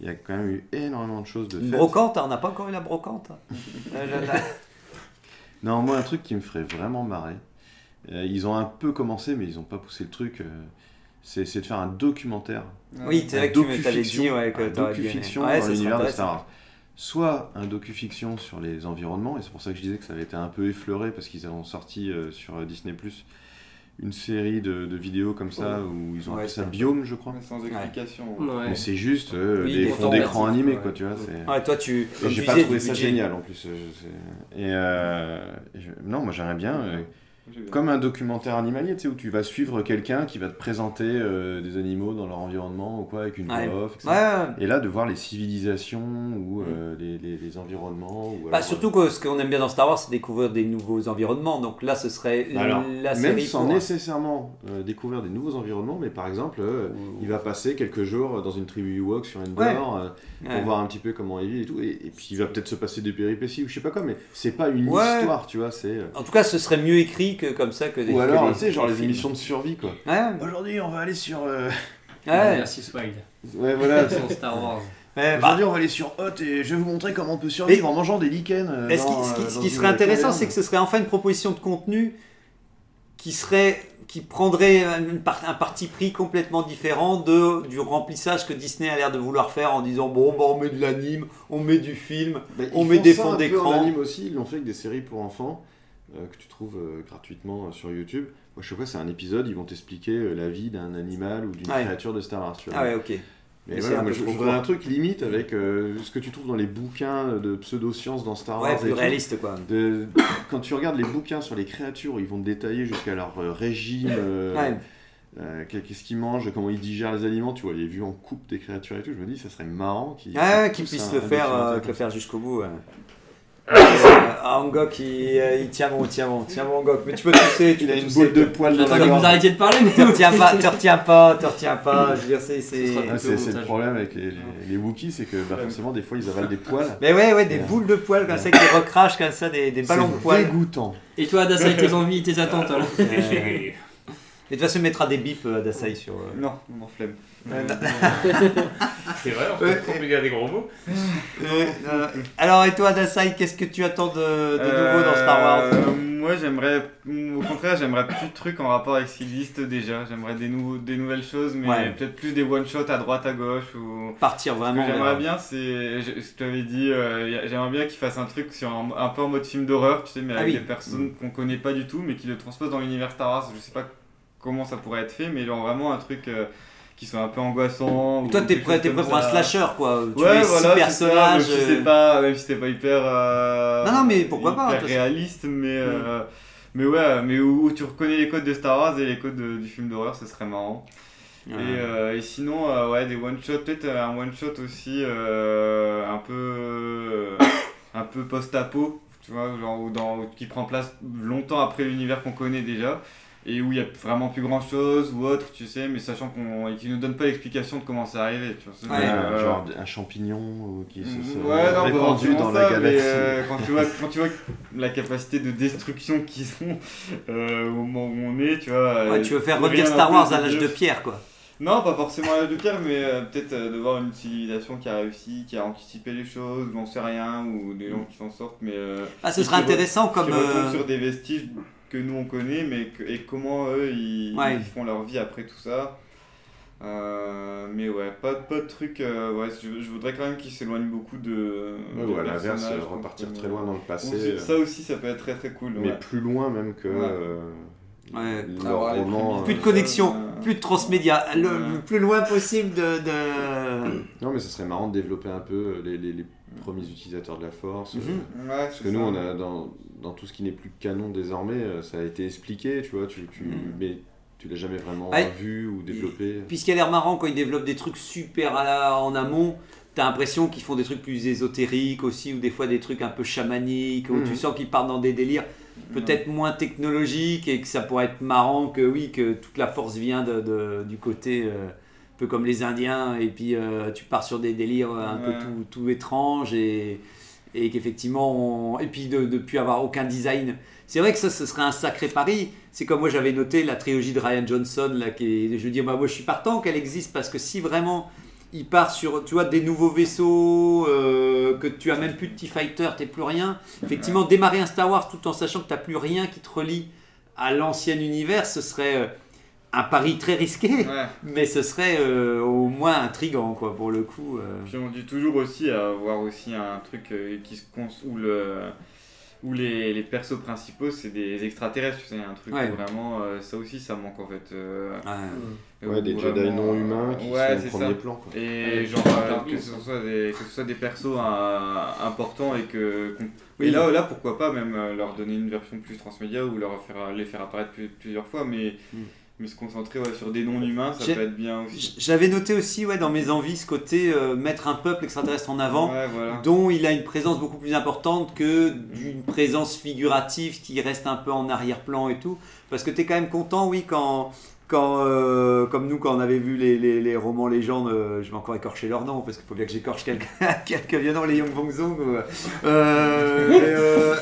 S3: Il y a quand même eu énormément de choses de
S1: Une
S3: faites.
S1: brocante, hein, on n'a pas encore eu la brocante. Euh, là, là.
S3: Non, moi, un truc qui me ferait vraiment marrer, euh, ils ont un peu commencé, mais ils n'ont pas poussé le truc, euh, c'est c'est de faire un documentaire.
S6: Ah,
S1: Oui, c'est
S3: un
S1: vrai que tu me- t'avais dit ouais, que
S3: un
S1: t'aurais bien aimé.
S3: docu-fiction
S1: Ouais,
S3: dans
S1: ça serait
S3: l'univers de
S1: intéressant.
S3: Star Wars. Soit un docu-fiction sur les environnements, et c'est pour ça que je disais que ça avait été un peu effleuré, parce qu'ils avaient sorti euh, sur euh, Disney+, une série de, de vidéos comme ça, où ils ont
S1: Ouais,
S3: appelé ça
S1: c'est un peu-
S3: Biome, je crois.
S6: Mais sans explication.
S2: Ouais.
S3: Mais c'est juste euh,
S2: Oui,
S3: des
S2: des
S3: fonds d'écran
S2: formats,
S3: animés,
S4: ouais.
S3: quoi, tu vois. c'est-
S1: Ouais, toi, tu.
S3: et
S1: comme
S3: j'ai
S1: tu
S3: pas
S1: disais,
S3: trouvé
S1: du
S3: ça
S1: budget.
S3: génial en plus. euh, je sais. Et euh, je- non, moi j'aimerais bien euh, Comme un documentaire animalier, tu sais, où tu vas suivre quelqu'un qui va te présenter euh, des animaux dans leur environnement ou quoi, avec une
S1: Ouais.
S3: voix off, etc.
S1: Ouais, ouais, ouais. Mm.
S3: Et là, de voir les civilisations ou euh, les, les- les environnements. Ou euh,
S1: Bah,
S3: alors,
S1: surtout que ce qu'on aime bien dans Star Wars, c'est découvrir des nouveaux environnements. Donc là, ce serait
S3: euh, alors,
S1: la
S3: même
S1: série
S3: sans
S1: pour-
S3: nécessairement euh, découvrir des nouveaux environnements, mais par exemple, euh, il va passer quelques jours dans une tribu Ewok sur Endor
S1: Ouais.
S3: euh, pour
S1: Ouais.
S3: voir un petit peu comment il vit et tout. Et, et puis il va peut-être se passer des péripéties ou je sais pas quoi, mais c'est pas une
S1: Ouais.
S3: histoire, tu vois. C'est euh,
S1: En tout cas, ce serait mieux écrit que comme ça que des.
S3: ou alors,
S1: que des-
S3: tu sais, genre
S1: des
S3: les
S1: films.
S3: émissions de survie, quoi.
S1: Ouais.
S3: Aujourd'hui, on va aller sur. euh,
S1: Ouais.
S2: Merci Wild.
S3: Ouais, voilà.
S2: Sans Star Wars.
S1: Ouais, bah,
S3: Aujourd'hui, on va aller sur Hot et je vais vous montrer comment on peut survivre
S1: Mais-
S3: en mangeant des lichens. euh,
S1: Et ce qui,
S3: dans,
S1: ce qui-
S3: euh,
S1: ce
S3: dans
S1: qui
S3: une
S1: serait intéressant,
S3: caverne.
S1: c'est que ce serait enfin une proposition de contenu qui serait qui prendrait une par- un parti pris complètement différent de, du remplissage que Disney a l'air de vouloir faire en disant bon bah, on met de l'anime, on met du film,
S3: Bah,
S1: on
S3: ils
S1: met
S3: font
S1: des
S3: ça
S1: fonds
S3: un peu
S1: d'écran.
S3: En anime aussi, ils l'ont fait avec des séries pour enfants euh, que tu trouves euh, gratuitement euh, sur YouTube. Moi, chaque fois, c'est un épisode, ils vont t'expliquer euh, la vie d'un animal ou d'une
S1: Ah Ouais.
S3: créature de Star Wars. tu vois.
S1: Ah ouais ok.
S3: Mais
S1: Mais
S3: voilà,
S1: c'est un
S3: moi,
S1: peu
S3: je,
S1: trop
S3: je voudrais
S1: court.
S3: un truc limite avec euh, ce que tu trouves dans les bouquins de pseudo-sciences dans Star
S1: Ouais
S3: Wars. et
S1: plus
S3: tout.
S1: réaliste quoi.
S3: De- quand tu regardes les bouquins sur les créatures, ils vont te détailler jusqu'à leur euh, régime, euh,
S1: Ouais.
S3: euh, qu'est- qu'est-ce qu'ils mangent, comment ils digèrent les aliments. Tu vois les vues en coupe des créatures et tout. Je me dis, ça serait marrant qu'ils
S1: Ah,
S3: qu'ils
S1: qu'il
S3: poussent
S1: puisse
S3: un-
S1: le
S3: un
S1: faire, euh,
S3: documentaire
S1: que
S3: comme
S1: le
S3: ça.
S1: faire jusqu'au bout. ouais. Euh, ah, Angok, il, euh, il tient bon, tient bon, tient bon, Angok. Mais tu peux tousser, tu
S3: Il a
S1: peux
S3: une
S1: tousser.
S3: boule de poils dans
S2: J'attends
S3: la
S2: que vous
S3: gorge.
S2: arrêtiez de parler, mais.
S1: Te retiens pas, te retiens pas, te retiens pas. Je veux dire, c'est. c'est-
S2: Ce sera
S3: Ah,
S2: Le
S3: c'est c'est le
S2: montage.
S3: problème avec les, les, les Wookiees, c'est que bah, forcément, des fois, ils avalent des poils.
S1: Mais ouais, ouais, des boules de poils comme ça qui recrachent comme ça, des, des ballons de
S3: C'est
S1: poils.
S3: dégoûtant.
S2: Et toi, Adassa, tes envies et tes attentes alors
S1: Euh, Mais de toute façon, il mettra des bips euh, à Dassaï sur. euh,
S6: Non, on en flemme.
S7: C'est vrai, on peut, on peut dire des gros mots.
S1: Euh, alors, et toi, Dassaï, qu'est-ce que tu attends de, de nouveau dans Star Wars
S6: Euh, Moi, j'aimerais, au contraire, j'aimerais plus de trucs en rapport avec ce qui existe déjà. J'aimerais des, nouveaux- des nouvelles choses, mais
S1: Ouais.
S6: peut-être plus des one-shots à droite, à gauche. Ou...
S1: Partir
S6: Ce
S1: vraiment. euh.
S6: que j'aimerais
S1: vers-
S6: bien, c'est, je, je t'avais dit, euh, y a- j'aimerais bien qu'ils fassent un truc sur un, un peu en mode film d'horreur, tu sais, mais
S1: Ah
S6: avec
S1: oui.
S6: des personnes qu'on connaît pas du tout, mais qui le transposent dans l'univers Star Wars. Je sais pas comment ça pourrait être fait, mais genre vraiment un truc euh, qui soit un peu angoissant. ou
S1: Toi, t'es
S6: quelque
S1: prêt,
S6: chose
S1: t'es prêt
S6: comme
S1: pour un
S6: ça.
S1: slasher, quoi. Tu
S6: ouais,
S1: mets six
S6: voilà, c'est
S1: personnages.
S6: Ça, même si c'est
S1: euh,
S6: pas, même si c'est pas hyper. euh,
S1: Non, non, mais pourquoi pas, Mm. de
S6: hyper
S1: toute façon.
S6: réaliste, mais. euh, mais ouais, mais où, où tu reconnais les codes de Star Wars et les codes de- du film d'horreur, ce serait marrant.
S1: Ouais.
S6: Et, euh, et sinon, euh, ouais, des one-shots, peut-être euh, un one-shot aussi euh, un peu. euh, un peu post-apo, tu vois, genre, où dans, où- qui prend place longtemps après l'univers qu'on connaît déjà. Et où il y a vraiment plus grand chose ou autre, tu sais, mais sachant qu'on. et qui nous donne pas l'explication de comment c'est arrivé, tu vois. c'est-
S1: Ouais.
S3: Euh,
S6: euh,
S3: genre un champignon ou qui se, se
S6: Ouais, non,
S3: répandu
S6: bah,
S3: dans
S6: ça,
S3: la
S6: mais,
S3: galaxie.
S6: euh, quand, tu vois, quand tu vois la capacité de destruction qu'ils ont euh, au moment où on est, tu vois.
S1: Ouais,
S6: euh,
S1: tu veux faire
S6: de
S1: revenir
S6: rien
S1: Star
S6: peu,
S1: Wars à
S6: de
S1: l'âge
S6: dire-
S1: de pierre, quoi.
S6: Non, pas forcément à l'âge de pierre, mais euh, peut-être euh, de voir une civilisation qui a réussi, qui a anticipé les choses, ou j'en sais rien, ou des gens qui s'en sortent, mais. euh,
S1: Ah, ce
S6: et
S1: serait
S6: qui re-
S1: intéressant comme.
S6: Qui retombent
S1: euh,
S6: sur des vestiges que nous on connaît, mais que- et comment eux ils,
S1: Ouais.
S6: ils font leur vie après tout ça. Euh, mais ouais, pas, pas de truc. euh, ouais, je, je voudrais quand même qu'ils s'éloignent beaucoup de.
S3: Ouais,
S6: des
S3: ou à l'inverse, euh,
S6: personnages qu'on
S3: repartir
S6: connaît.
S3: très loin dans le
S6: On
S3: passé.
S6: sait-
S3: euh,
S6: ça aussi, ça peut être très très cool.
S3: mais
S6: ouais.
S3: plus loin même que
S6: Ouais.
S3: euh,
S1: Ouais.
S3: leur
S6: Avoir les
S3: roman.
S6: prémices
S1: Plus de
S3: euh,
S1: connexion,
S6: Euh,
S1: plus de transmédia, le,
S6: Ouais.
S1: le plus loin possible de. de-
S3: Non, mais ce serait marrant de développer un peu euh, les, les- les premiers utilisateurs de la force. euh,
S1: Mhm.
S6: Ouais,
S3: Parce que nous, on a dans, dans tout ce qui n'est plus canon désormais, euh, ça a été expliqué, tu vois, tu, tu,
S1: Mhm.
S3: mais tu l'as jamais vraiment
S1: Ouais. Euh,
S3: vu ou développé.
S1: Puis ce qui a l'air marrant quand ils développent des trucs super à la- en amont, t'as l'impression qu'ils font des trucs plus ésotériques aussi, ou des fois des trucs un peu chamaniques, où
S3: Mhm.
S1: tu sens qu'ils partent dans des délires peut-être moins technologiques et que ça pourrait être marrant que oui, que toute la force vient de, de- du côté. euh, un peu comme les Indiens, et puis euh, tu pars sur des délires euh, un
S6: Ouais.
S1: peu tout, tout étranges, et, et qu'effectivement, on- et puis de ne plus avoir aucun design. C'est vrai que ça, ce serait un sacré pari. C'est comme moi j'avais noté la trilogie de Ryan Johnson, là, qui est- je veux dire, bah, moi je suis partant qu'elle existe, parce que si vraiment il part sur, tu vois, des nouveaux vaisseaux, euh, que tu as même plus de T-Fighter, t'es plus rien, effectivement, démarrer un Star Wars tout en sachant que t'as plus rien qui te relie à l'ancien univers, ce serait euh, un pari très risqué.
S6: Ouais.
S1: Mais ce serait euh, au moins intrigant, quoi, pour le coup. euh.
S6: Puis on dit toujours aussi à avoir aussi un truc euh, qui se cons- où le où les, les persos principaux c'est des extraterrestres, c'est un truc
S1: Ouais.
S6: où vraiment euh, ça aussi ça manque en fait. euh,
S3: Ouais, des Jedi non humains qui sont au
S6: c'est
S3: premier plan, quoi.
S6: Et
S3: Ouais.
S6: genre euh, que, ce soit des, que ce soit des persos euh, importants et que. qu'on-
S1: Oui.
S6: Et là, là, pourquoi pas même euh, leur donner une version plus transmédia ou leur faire, les faire apparaître plus- plusieurs fois, mais,
S3: Hmm.
S6: mais se concentrer ouais, sur des non humains, ça
S1: J'ai-
S6: peut être bien aussi.
S1: J'avais noté aussi ouais, dans mes envies ce côté euh, mettre un peuple extraterrestre en avant,
S6: Ouais, voilà.
S1: dont il a une présence beaucoup plus importante que d'une présence figurative qui reste un peu en arrière-plan et tout. Parce que tu es quand même content, oui, quand, quand euh, comme nous, quand on avait vu les, les, les romans légendes, euh, je vais encore écorcher leur nom, parce qu'il faut bien que j'écorche quelqu'un, quelqu'un vient dans les Young Vongzong. ou, euh, euh, mais euh,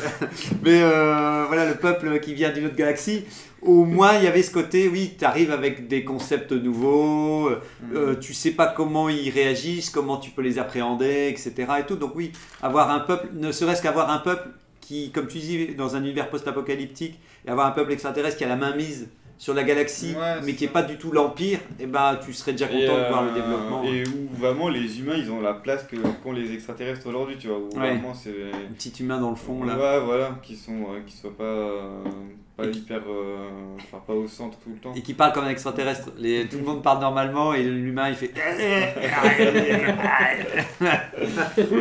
S1: mais, euh, voilà, le peuple qui vient d'une autre galaxie. Au moins, il y avait ce côté, oui, tu arrives avec des concepts nouveaux, euh, euh, tu sais pas comment ils réagissent, comment tu peux les appréhender, etc. Et tout. Donc oui, avoir un peuple, ne serait-ce qu'avoir un peuple qui, comme tu dis, dans un univers post-apocalyptique, et avoir un peuple extraterrestre qui a la main mise sur la galaxie,
S6: Ouais,
S1: mais
S6: c'est
S1: qui est
S6: ça.
S1: pas du tout l'Empire, et ben tu serais déjà content
S6: Et,
S1: de voir le
S6: euh,
S1: développement. hein.
S6: Et où vraiment les humains ils ont la place que qu'ont les extraterrestres aujourd'hui, tu vois. Où
S1: Ouais.
S6: vraiment c'est.
S1: Un petit humain dans le fond, là.
S6: Ouais, voilà, qui sont, euh, qui soient pas, euh, pas
S1: Et qui-
S6: hyper, euh, enfin pas au centre tout le temps.
S1: Et qui parle comme un extraterrestre. Les, tout le monde parle normalement et l'humain il fait. Et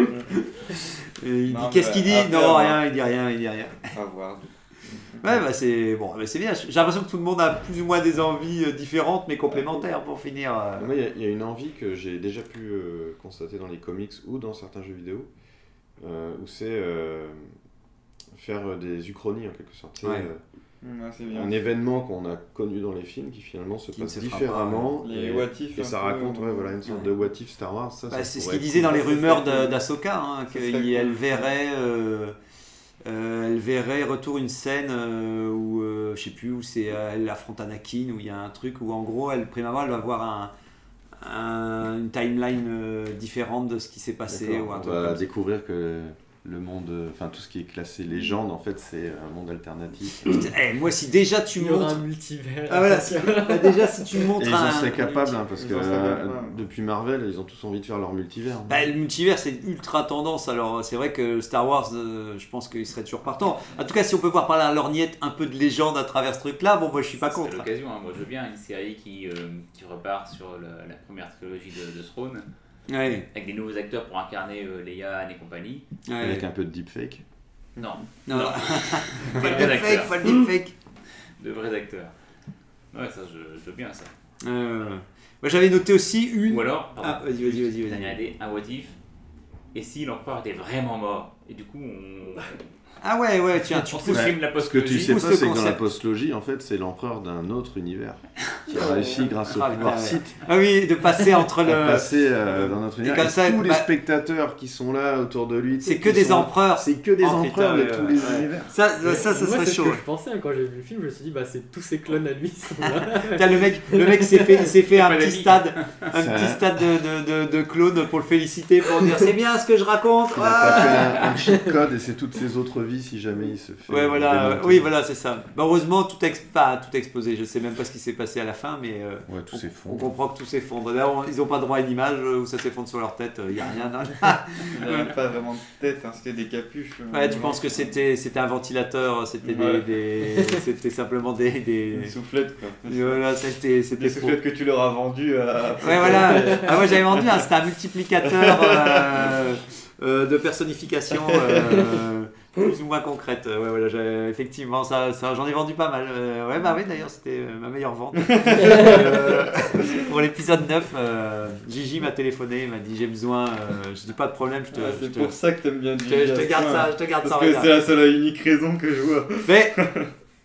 S1: il
S6: Non,
S1: dit
S6: mais
S1: qu'est-ce qu'il dit
S6: après,
S1: Non,
S6: ouais.
S1: rien, il dit rien, il dit rien.
S6: À voir.
S1: Ouais, bah c'est bon, bah, c'est bien. J'ai l'impression que tout le monde a plus ou moins des envies euh, différentes mais complémentaires pour finir. euh.
S3: Moi, Ah, il y a- il y, a une envie que j'ai déjà pu euh, constater dans les comics ou dans certains jeux vidéo, euh, où c'est euh, faire des uchronies en quelque sorte. euh, C'est,
S1: Ouais.
S6: Mm, ouais, c'est bien.
S3: un événement qu'on a connu dans les films qui finalement se
S1: Qui ne
S3: passe
S1: se fera pas,
S3: différemment.
S6: ouais. Les
S3: et,
S6: what if
S3: et
S6: un
S3: ça
S6: peu,
S3: raconte
S6: ouais.
S3: ouais, voilà, une sorte
S1: Ouais.
S3: de what if Star Wars. Ça,
S1: Bah,
S3: ça
S1: c'est ce
S3: pourrait
S1: qu'il
S3: être
S1: disait dans
S3: cool.
S1: les
S6: Ça serait
S1: rumeurs
S6: cool.
S1: de- d'Asoka, hein,
S6: Ça serait
S1: qu'elle
S6: cool.
S1: verrait, euh, euh, elle verrait retour une scène euh, où euh, je sais plus où c'est, euh, elle affronte Anakin où il y a un truc où en gros elle prime abord, elle va voir un, un- une timeline euh, différente de ce qui s'est passé
S3: D'accord.
S1: ou un
S3: On
S1: truc
S3: va
S1: comme ça.
S3: découvrir que le monde, enfin tout ce qui est classé légende, en fait, c'est un monde alternatif.
S1: Putain, eh, moi si déjà tu
S4: Il y aura un
S1: montres,
S4: multivers.
S1: Ah, voilà, si- bah, déjà si tu
S3: Et
S1: montres
S3: ils en
S1: un-
S3: seraient capables, hein, parce
S6: Ils
S3: que
S6: en seraient
S3: euh,
S6: capables.
S3: depuis Marvel, ils ont tous envie de faire leur multivers. hein,
S1: Bah, le multivers, c'est ultra tendance. Alors, c'est vrai que Star Wars, euh, je pense qu'il serait toujours partant. En tout cas, si on peut voir par la lorgnette un peu de légende à travers ce truc-là, bon, moi, je suis pas
S7: C'est
S1: contre.
S7: l'occasion, hein. moi je veux bien une série qui, euh, qui repart sur la, la première trilogie de, de Throne,
S1: Ouais,
S7: avec des nouveaux acteurs pour incarner euh, Leia, Han et compagnie.
S1: ouais.
S3: Avec un peu de deepfake.
S7: Non,
S1: Non,
S7: non.
S1: pas
S7: Des
S1: le
S7: vrais
S1: deepfake,
S7: acteurs.
S1: pas le deepfake.
S7: De vrais acteurs. Ouais, ça, je, je veux bien ça.
S1: Euh, moi, j'avais noté aussi une.
S7: Ou alors, pardon,
S1: Ah, vas-y, vas-y, vas-y, vas-y.
S7: dernière idée, un what if, et si l'empereur était vraiment mort Et du coup, on,
S1: Ah, ouais, ouais, tiens, tu
S7: on
S1: pousses.
S7: supprime la
S3: Ce que tu
S7: post-logique.
S3: sais
S1: Ou
S3: pas,
S1: ce
S3: c'est que dans la
S1: concept.
S3: postlogie, en fait, c'est l'empereur d'un autre univers qui a réussi, grâce au
S1: Ah,
S3: pouvoir
S1: ouais.
S3: Sith,
S1: Ah, oui, de passer entre
S3: à
S1: le.
S3: passer euh, dans notre univers.
S1: comme
S3: Et
S1: ça,
S3: tous les
S1: bah-
S3: spectateurs qui sont là autour de lui, tu sais,
S1: C'est que
S3: qui
S1: des
S3: sont-
S1: empereurs.
S3: C'est que des
S1: Oh,
S3: empereurs
S1: putain,
S3: de tous
S1: ouais,
S3: les
S1: ouais.
S3: univers.
S1: Ça, ça, Ah, ça,
S4: Moi,
S1: serait
S4: c'est ce
S1: chaud.
S4: que
S1: ouais.
S4: je pensais hein, quand j'ai vu le film, je me suis dit, bah, c'est tous ces clones à lui sont là.
S1: Putain, le mec, le mec s'est fait, il s'est fait un
S7: Pas
S1: petit
S7: d'amis.
S1: stade, un
S3: Ça-
S1: petit stade de, de, de, de clones pour le féliciter, pour dire c'est bien ce que je raconte.
S3: On a
S1: ah.
S3: tapé un, un cheat code et c'est toutes ses autres vies si jamais il se fait.
S1: Ouais, voilà, euh,
S3: démonter.
S1: oui, voilà, c'est ça. Bah, heureusement, tout ex- pas tout explosé. Je sais même pas ce qui s'est passé à la fin, mais euh,
S3: Ouais, tout
S1: on
S3: s'effondre.
S1: comprend que tout s'effondre. D'ailleurs, on- ils n'ont pas droit à une image euh, où ça s'effondre sur leur tête. Il n'y a rien. hein.
S6: Il avait pas vraiment de tête, hein, c'était des capuches. euh,
S1: Ouais, tu penses que c'était c'était un ventilateur, c'était des,
S6: Ouais.
S1: des- c'était simplement des, des...
S6: Une soufflette quoi.
S1: voilà, c'était c'était
S6: Des
S1: pour-
S6: soufflettes que tu leur as vendues euh, à.
S1: Ouais, voilà. Ah, moi, j'avais vendu, un c'était un multiplicateur euh, euh, de personnification euh, plus ou moins concrète. Ouais, voilà, j'ai- effectivement, ça, ça- j'en ai vendu pas mal. Euh, ouais, bah oui, d'ailleurs, c'était euh, ma meilleure vente. Euh, pour l'épisode 9, euh, Gigi m'a téléphoné, il m'a dit J'ai besoin, euh, je dis pas de problème, je te,
S6: Ah,
S1: je
S6: c'est
S1: te-
S6: pour ça que t'aimes bien
S1: je
S6: Gigi
S1: te- je
S6: à
S1: te
S6: ce
S1: garde
S6: point.
S1: ça, je te garde ça.
S6: Parce que
S1: regarde.
S6: c'est la seule et unique raison que je vois.
S1: Mais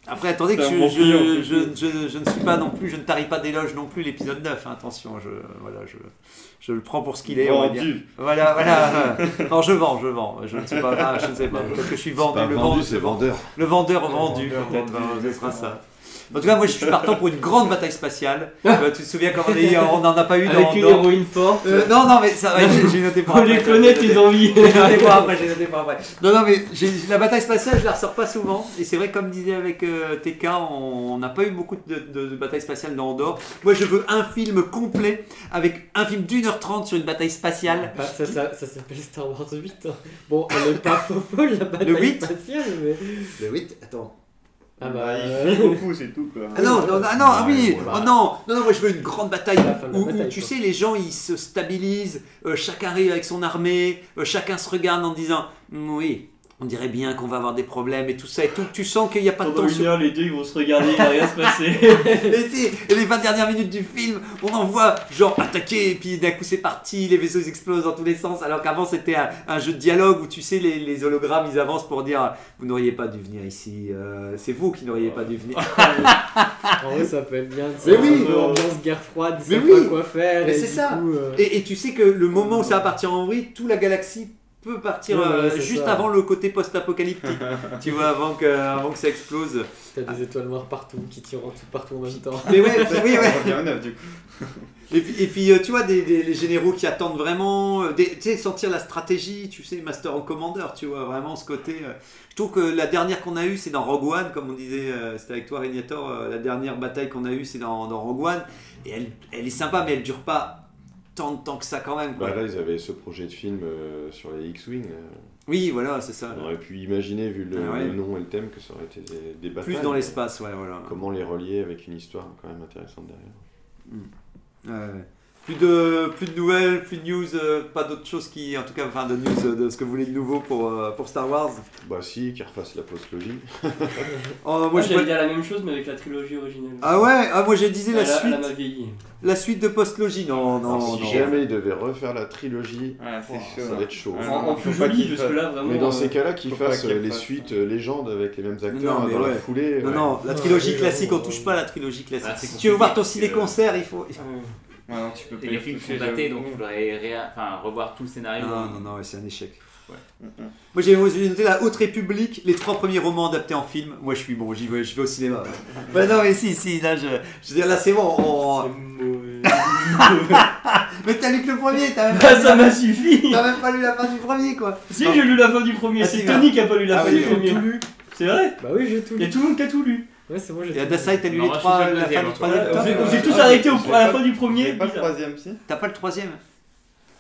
S1: après, attendez que
S6: C'est
S1: je,
S6: un bon
S1: je-
S6: client, c'est
S1: je- je- je ne suis pas non plus, je ne tarie pas d'éloge non plus l'épisode 9. hein, attention, je, voilà, je, je le prends pour ce qu'il est. on va dire.
S6: Vendu.
S1: Voilà, voilà. non, je vends, je vends. Je ne sais pas, ah, je ne sais pas. Peut-être que je suis vendu.
S3: Pas
S1: le,
S3: vendu,
S1: vend-
S3: c'est vendeur.
S1: le vendeur vendu,
S6: vendeur
S1: peut-être.
S6: vendu,
S1: hein, ce sera ça. En tout cas, moi, je suis partant pour une grande bataille spatiale. Euh, tu te souviens quand on est- on n'en a pas eu dans.
S2: Avec une
S1: dans-
S2: héroïne forte.
S1: Euh, non, non, mais ça va, j'ai- j'ai noté pour
S2: On
S1: après.
S2: les connaît, tes envies.
S1: J'ai noté pour après, j'ai noté pour après. Non, non, mais j'ai- la bataille spatiale, je la ressors pas souvent. Et c'est vrai, comme disait avec euh, TK, on on n'a pas eu beaucoup de, de- de batailles spatiales dans Andorre. Moi, je veux un film complet, avec un film d'une heure trente sur une bataille spatiale.
S4: Bah, ça ça, ça s'appelle Star Wars 8. hein. Bon, elle est pas faux folle la bataille
S1: 8?
S4: spatiale, mais.
S8: Le 8, attends.
S4: Ah bah.
S6: Bah, il
S4: euh,
S6: fait beaucoup, c'est tout quoi.
S1: Ah non, non, ah non, ah oui,
S8: Ouais,
S1: oh
S8: bah.
S1: non, non, non, moi je veux une grande bataille
S4: La fin de la
S1: où, où,
S4: bataille,
S1: tu
S4: quoi.
S1: sais, les gens ils se stabilisent, euh, chacun arrive avec son armée, euh, chacun se regarde en disant Hmm, Oui, on dirait bien qu'on va avoir des problèmes et tout ça et tout. Tu sens qu'il n'y a pas de
S2: Pendant une
S1: tension.
S2: heure, les deux ils vont se regarder, il va rien se passer.
S1: Et si, et les 20 dernières minutes du film, on en voit genre attaquer et puis d'un coup c'est parti, les vaisseaux ils explosent dans tous les sens. Alors qu'avant c'était un, un jeu de dialogue où tu sais, les, les hologrammes ils avancent pour dire Vous n'auriez pas dû venir ici, euh, c'est vous qui n'auriez pas dû venir.
S4: En vrai, ça peut être bien. tu
S1: Mais
S4: sais,
S1: oui.
S4: un peu Ambiance guerre froide, ils
S1: Mais
S4: savent
S1: oui.
S4: pas quoi faire.
S1: Mais
S4: et
S1: c'est
S4: du
S1: ça.
S4: coup, euh,
S1: Et, et tu sais que le moment où ça va partir en vrille, toute la galaxie peut partir
S4: Ouais, ouais,
S1: euh,
S4: c'est
S1: juste
S4: ça.
S1: avant le côté post-apocalyptique. tu vois, avant que, avant que ça explose.
S4: T'as des étoiles noires partout qui tirent en tout partout en même temps.
S1: Mais ouais, c'est- oui,
S6: On
S1: ouais.
S6: revient au neuf, du coup.
S1: Et puis, et puis, euh, tu vois, des, des- les généraux qui attendent vraiment, euh, des- tu sais, sentir la stratégie, tu sais, Master en Commander, tu vois, vraiment ce côté. euh. Je trouve que la dernière qu'on a eue, c'est dans Rogue One, comme on disait, euh, c'était avec toi, Régnator, euh, la dernière bataille qu'on a eue, c'est dans, dans Rogue One. Et elle, elle est sympa, mais elle dure pas tant de temps que ça quand même. quoi.
S3: Bah, là, ils avaient ce projet de film euh, sur les X-Wing. là.
S1: Oui, voilà, c'est ça.
S3: On aurait pu imaginer, vu le,
S1: Ah ouais.
S3: le nom et le thème, que ça aurait été des, des batailles.
S1: Plus dans l'espace, ouais, voilà.
S3: Comment les relier avec une histoire quand même intéressante derrière.
S1: Ouais. Plus de, plus de nouvelles, plus de news, euh, pas d'autre chose qui, en tout cas, enfin de news euh, de ce que vous voulez de nouveau pour, euh, pour Star Wars.
S3: Bah si, qu'ils refassent la postlogie.
S1: Oh, moi,
S2: Moi,
S1: je
S2: Ah, j'allais dire la même chose, mais avec la trilogie originale.
S1: Ah ouais, ah, moi je disais
S2: Elle
S1: la
S2: a- Elle
S1: suite,
S2: m'a vieilli.
S1: la suite de Postlogie. Non, non,
S3: Alors,
S1: non.
S3: Ah, si jamais ils devaient refaire la trilogie,
S6: Ouais,
S3: oh,
S6: Ah, c'est chaud.
S3: ça va être chaud.
S6: Ouais,
S2: En, en plus
S6: Ah faut pas
S2: jolie,
S6: qu'il
S2: parce que
S6: fasse-
S2: là, vraiment.
S3: Mais dans
S2: euh,
S3: ces cas-là, qu'ils
S6: Ah faut pas
S3: fassent
S6: qu'ils
S3: euh, les
S6: fassent.
S3: suites euh, légendes avec les mêmes acteurs
S1: Non, mais
S3: dans la
S1: ouais.
S3: foulée.
S1: Non,
S3: ouais.
S1: non, la
S4: Ouais,
S1: trilogie
S4: ouais,
S1: classique,
S4: ouais,
S1: on touche pas à la trilogie classique.
S7: Ah, c'est
S1: si tu veux voir ton
S7: compliqué,
S1: ciné
S7: euh,
S1: concert, il faut.
S2: euh,
S6: Ouais, Ah non, tu peux pas
S7: Et les films sont datés, donc il faudrait réa- enfin, revoir tout le scénario.
S1: Ah, Non, non, non, ouais, c'est un échec.
S7: Ouais.
S1: Moi j'ai moi, j'ai noté la Haute République, les trois premiers romans adaptés en film. Moi je suis bon, j'y vais, je vais au cinéma. ouais. Bah non, mais si, si, là je, je veux dire, là c'est bon. on-
S2: c'est mauvais.
S1: Mais t'as lu que le premier, t'as même,
S2: Ah,
S1: pas-
S2: ça m'a suffi
S1: t'as même pas lu la fin du premier quoi.
S2: Si, j'ai lu la fin du premier,
S1: Ah,
S2: c'est
S1: si,
S2: Tony qui a pas lu la
S1: Ah
S2: fin
S1: oui,
S2: du
S1: j'ai
S2: premier. C'est vrai
S4: Bah oui, j'ai tout
S2: Il y a
S4: lu.
S2: tout le monde qui a tout lu.
S4: Ouais, c'est bon, j'ai
S1: Et à
S4: tout lu.
S1: Dassault, t'as lu
S7: Non,
S1: les
S7: moi, je
S1: trois,
S7: suis sur le
S1: la fin
S7: deuxième,
S1: du
S7: hein.
S1: troisième.
S2: On s'est on
S1: T'as-
S2: s'est tous
S6: Ah,
S2: arrêtés au-
S6: j'ai
S2: à la
S6: pas-
S2: fin du
S6: Premier,
S2: premier.
S6: pas le
S2: bizarre.
S6: troisième si
S1: T'as pas le troisième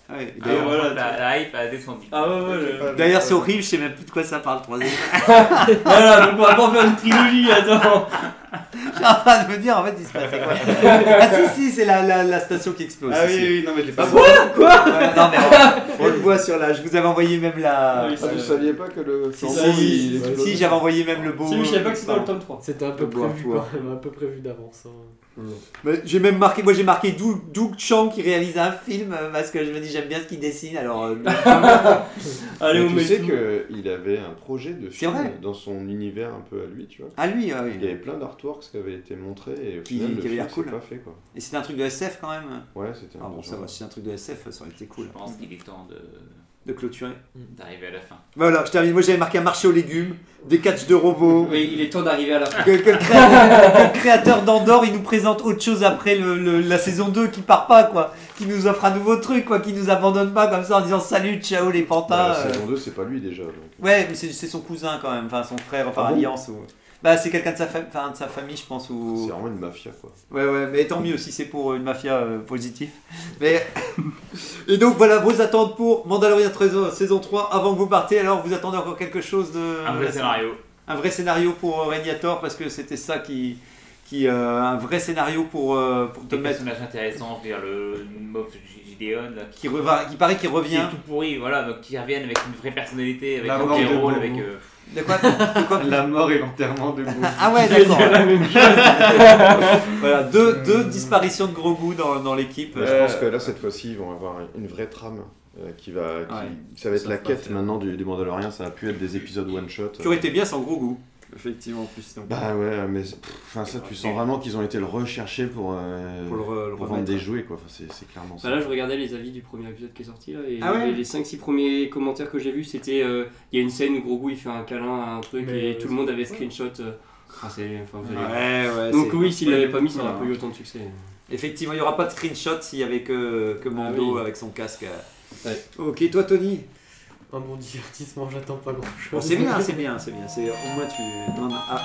S1: Ah ouais, et
S7: Ah,
S1: D'ailleurs,
S2: ouais. voilà,
S7: voilà, la, la hype a descendu.
S2: Ah ouais, ouais. le-
S1: d'ailleurs, c'est horrible, je sais même plus de quoi ça parle, le troisième.
S2: Voilà, donc on va pas faire une trilogie, attends.
S1: Je suis en train de me dire en fait il se passait quoi. ah si si c'est la, la, la station qui explose.
S6: Ah
S1: si,
S6: oui,
S1: si.
S6: oui, non, mais je l'ai pas vu.
S1: Ouais, non mais on, on le voit sur la. Je vous avais envoyé même la.
S2: Oui,
S3: Ah, vous saviez pas que le
S1: Si,
S3: flambeau,
S2: ça,
S1: Euh, si,
S2: oui,
S3: il
S1: si,
S3: explose
S1: si, j'avais envoyé même le beau.
S2: Si, mais je savais pas que c'était dans le tome 3.
S4: C'était un peu
S1: Le bois,
S4: prévu
S1: bois.
S4: quand même, un peu prévu d'avance. hein.
S1: Mais J'ai même marqué, moi j'ai marqué Doug, Doug Chang qui réalise un film euh, parce que je me dis j'aime bien ce qu'il dessine alors. euh,
S2: Allez,
S3: Mais
S2: on
S3: tu
S2: met
S3: sais
S2: tout.
S3: qu'il avait un projet de film
S1: vrai.
S3: dans son univers un peu à lui, tu vois.
S1: à lui, ah oui.
S3: Il y avait plein d'artworks qui avaient été montrés et au
S1: Qui-
S3: final,
S1: qui
S3: le
S1: avait
S3: film,
S1: l'air
S3: c'est
S1: cool.
S3: pas fait quoi.
S1: Et c'était un truc de SF quand même.
S3: Ouais, c'était
S1: Ah
S3: un
S1: bon,
S3: peu
S1: ça
S3: genre-
S1: va, si c'est un truc de SF, ça aurait été cool
S7: Je pense qu'il est temps de
S1: de clôturer.
S7: d'arriver à la fin.
S1: Voilà, je termine. Moi j'avais marqué un marché aux légumes, des catchs de robots.
S2: Oui, il est temps d'arriver à la fin.
S1: Que, que le créateur, que le créateur d'Andorre, il nous présente autre chose après le- le- la saison 2 qui part pas, quoi. Qui nous offre un nouveau truc, quoi. Qui nous abandonne pas comme ça en disant salut, ciao les
S3: Bah,
S1: pantins.
S3: la
S1: euh.
S3: saison 2, c'est pas lui déjà. donc. euh,
S1: Ouais, mais c'est c'est son cousin quand même, enfin son frère, enfin
S3: Ah bon
S1: alliance. Ou... Bah, c'est quelqu'un de, sa fa- enfin, de sa famille, je pense.
S3: C'est
S1: Ou...
S3: vraiment une mafia quoi.
S1: Ouais, ouais, mais tant mieux si c'est pour euh, une mafia euh, positive. Mais... Et donc voilà vos attentes pour Mandalorian 13, saison 3 avant que vous partez. Alors vous attendez encore quelque chose de.
S7: Un vrai scénario.
S1: un Ah, vrai scénario pour euh, Regnator parce que c'était ça qui, qui euh, un vrai scénario pour euh, pour te
S7: Des
S1: mettre
S7: personnages intéressants, je veux dire le Moff Gideon là, qui,
S1: qui reva- qui paraît qu'il
S7: qui
S1: revient
S7: est tout pourri, voilà, donc qui reviennent avec une vraie personnalité, avec
S6: La
S7: un
S6: mort
S7: vrai
S6: de
S7: rôle,
S6: Bobo.
S7: avec. euh,
S1: de quoi de quoi
S6: La mort et l'enterrement de Goofy.
S1: ah ouais d'accord voilà deux, deux disparitions de gros goût dans, dans l'équipe
S3: Mais
S6: Euh,
S3: Je pense que là, cette fois-ci, ils vont avoir une vraie trame euh, qui va. qui-
S1: Ouais.
S3: Ça va être
S9: Ça
S3: la
S9: va
S3: quête
S9: faire.
S3: maintenant du, du Mandalorian, ça va plus être des épisodes one-shot.
S1: qui aurait été bien sans gros goût Euh, effectivement en plus donc,
S3: Bah ouais, mais pff, enfin, ça, tu sens vraiment qu'ils ont été le rechercher pour, euh,
S1: pour le, re- le
S3: pour vendre
S1: remettre.
S3: des jouets, quoi. Enfin, c'est c'est clairement ça.
S2: Bah là, je regardais les avis du premier épisode qui est sorti là, et
S1: Ah ouais
S2: les- les 5-6 premiers commentaires que j'ai vus, c'était euh, il y a une scène où Grogu il fait un câlin à un truc
S4: Mais,
S2: et tout
S4: euh,
S2: le monde avait screenshot. euh, Enfin, c'est- enfin, vous allez-
S1: Ouais, ouais,
S2: Donc
S1: c'est-
S2: oui, s'il l'avait pas mis, ça
S1: Ouais.
S2: n'aurait pas eu autant de succès.
S1: Effectivement, il n'y aura pas de screenshot s'il y avait que, que Mando
S2: Ah oui.
S1: avec son casque. euh. Ok, toi Tony
S4: Un bon divertissement, j'attends pas grand chose.
S1: Bon, c'est bien, c'est bien, c'est bien. C'est au moins tu. non, non, ah.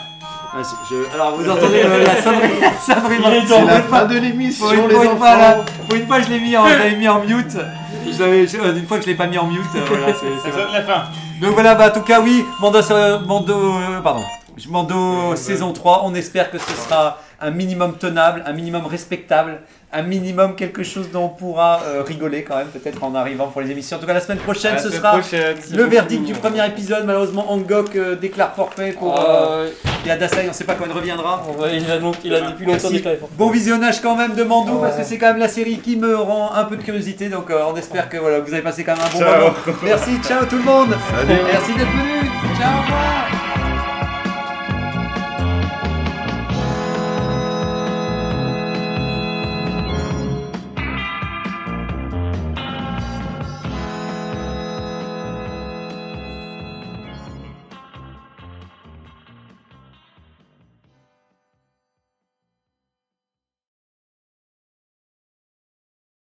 S1: Ah, c'est- je- Alors vous entendez euh, la sonnerie, la sonnerie.
S5: C'est la fin de l'émission,
S1: Pour une,
S5: les
S1: pour une
S5: enfants.
S1: fois, là, pour une fois, je l'ai mis, en- je l'avais mis en mute. Je l'avais- je- euh, une fois que je l'ai pas mis en mute, euh, voilà, c'est c'est vrai.
S7: la fin.
S1: Donc voilà, bah, en tout cas, oui, Mando, euh, Mando, euh, pardon, Je- Mando saison 3. On espère que ce sera un minimum tenable, un minimum respectable, un minimum quelque chose dont on pourra euh, rigoler quand même, peut-être en arrivant pour les émissions. En tout cas, la semaine prochaine, ce sera le verdict du premier épisode. Malheureusement, Angok euh, déclare forfait pour. euh, et Adasai, on sait pas quand il reviendra.
S2: il, a il a depuis longtemps
S1: Merci.
S2: déclaré
S1: Bon visionnage quand même de Mandou parce que c'est quand même la série qui me rend un peu de curiosité donc euh, on espère que voilà, vous avez passé quand même un bon moment. Merci, ciao tout le monde. Merci d'être venu. Ciao. au revoir.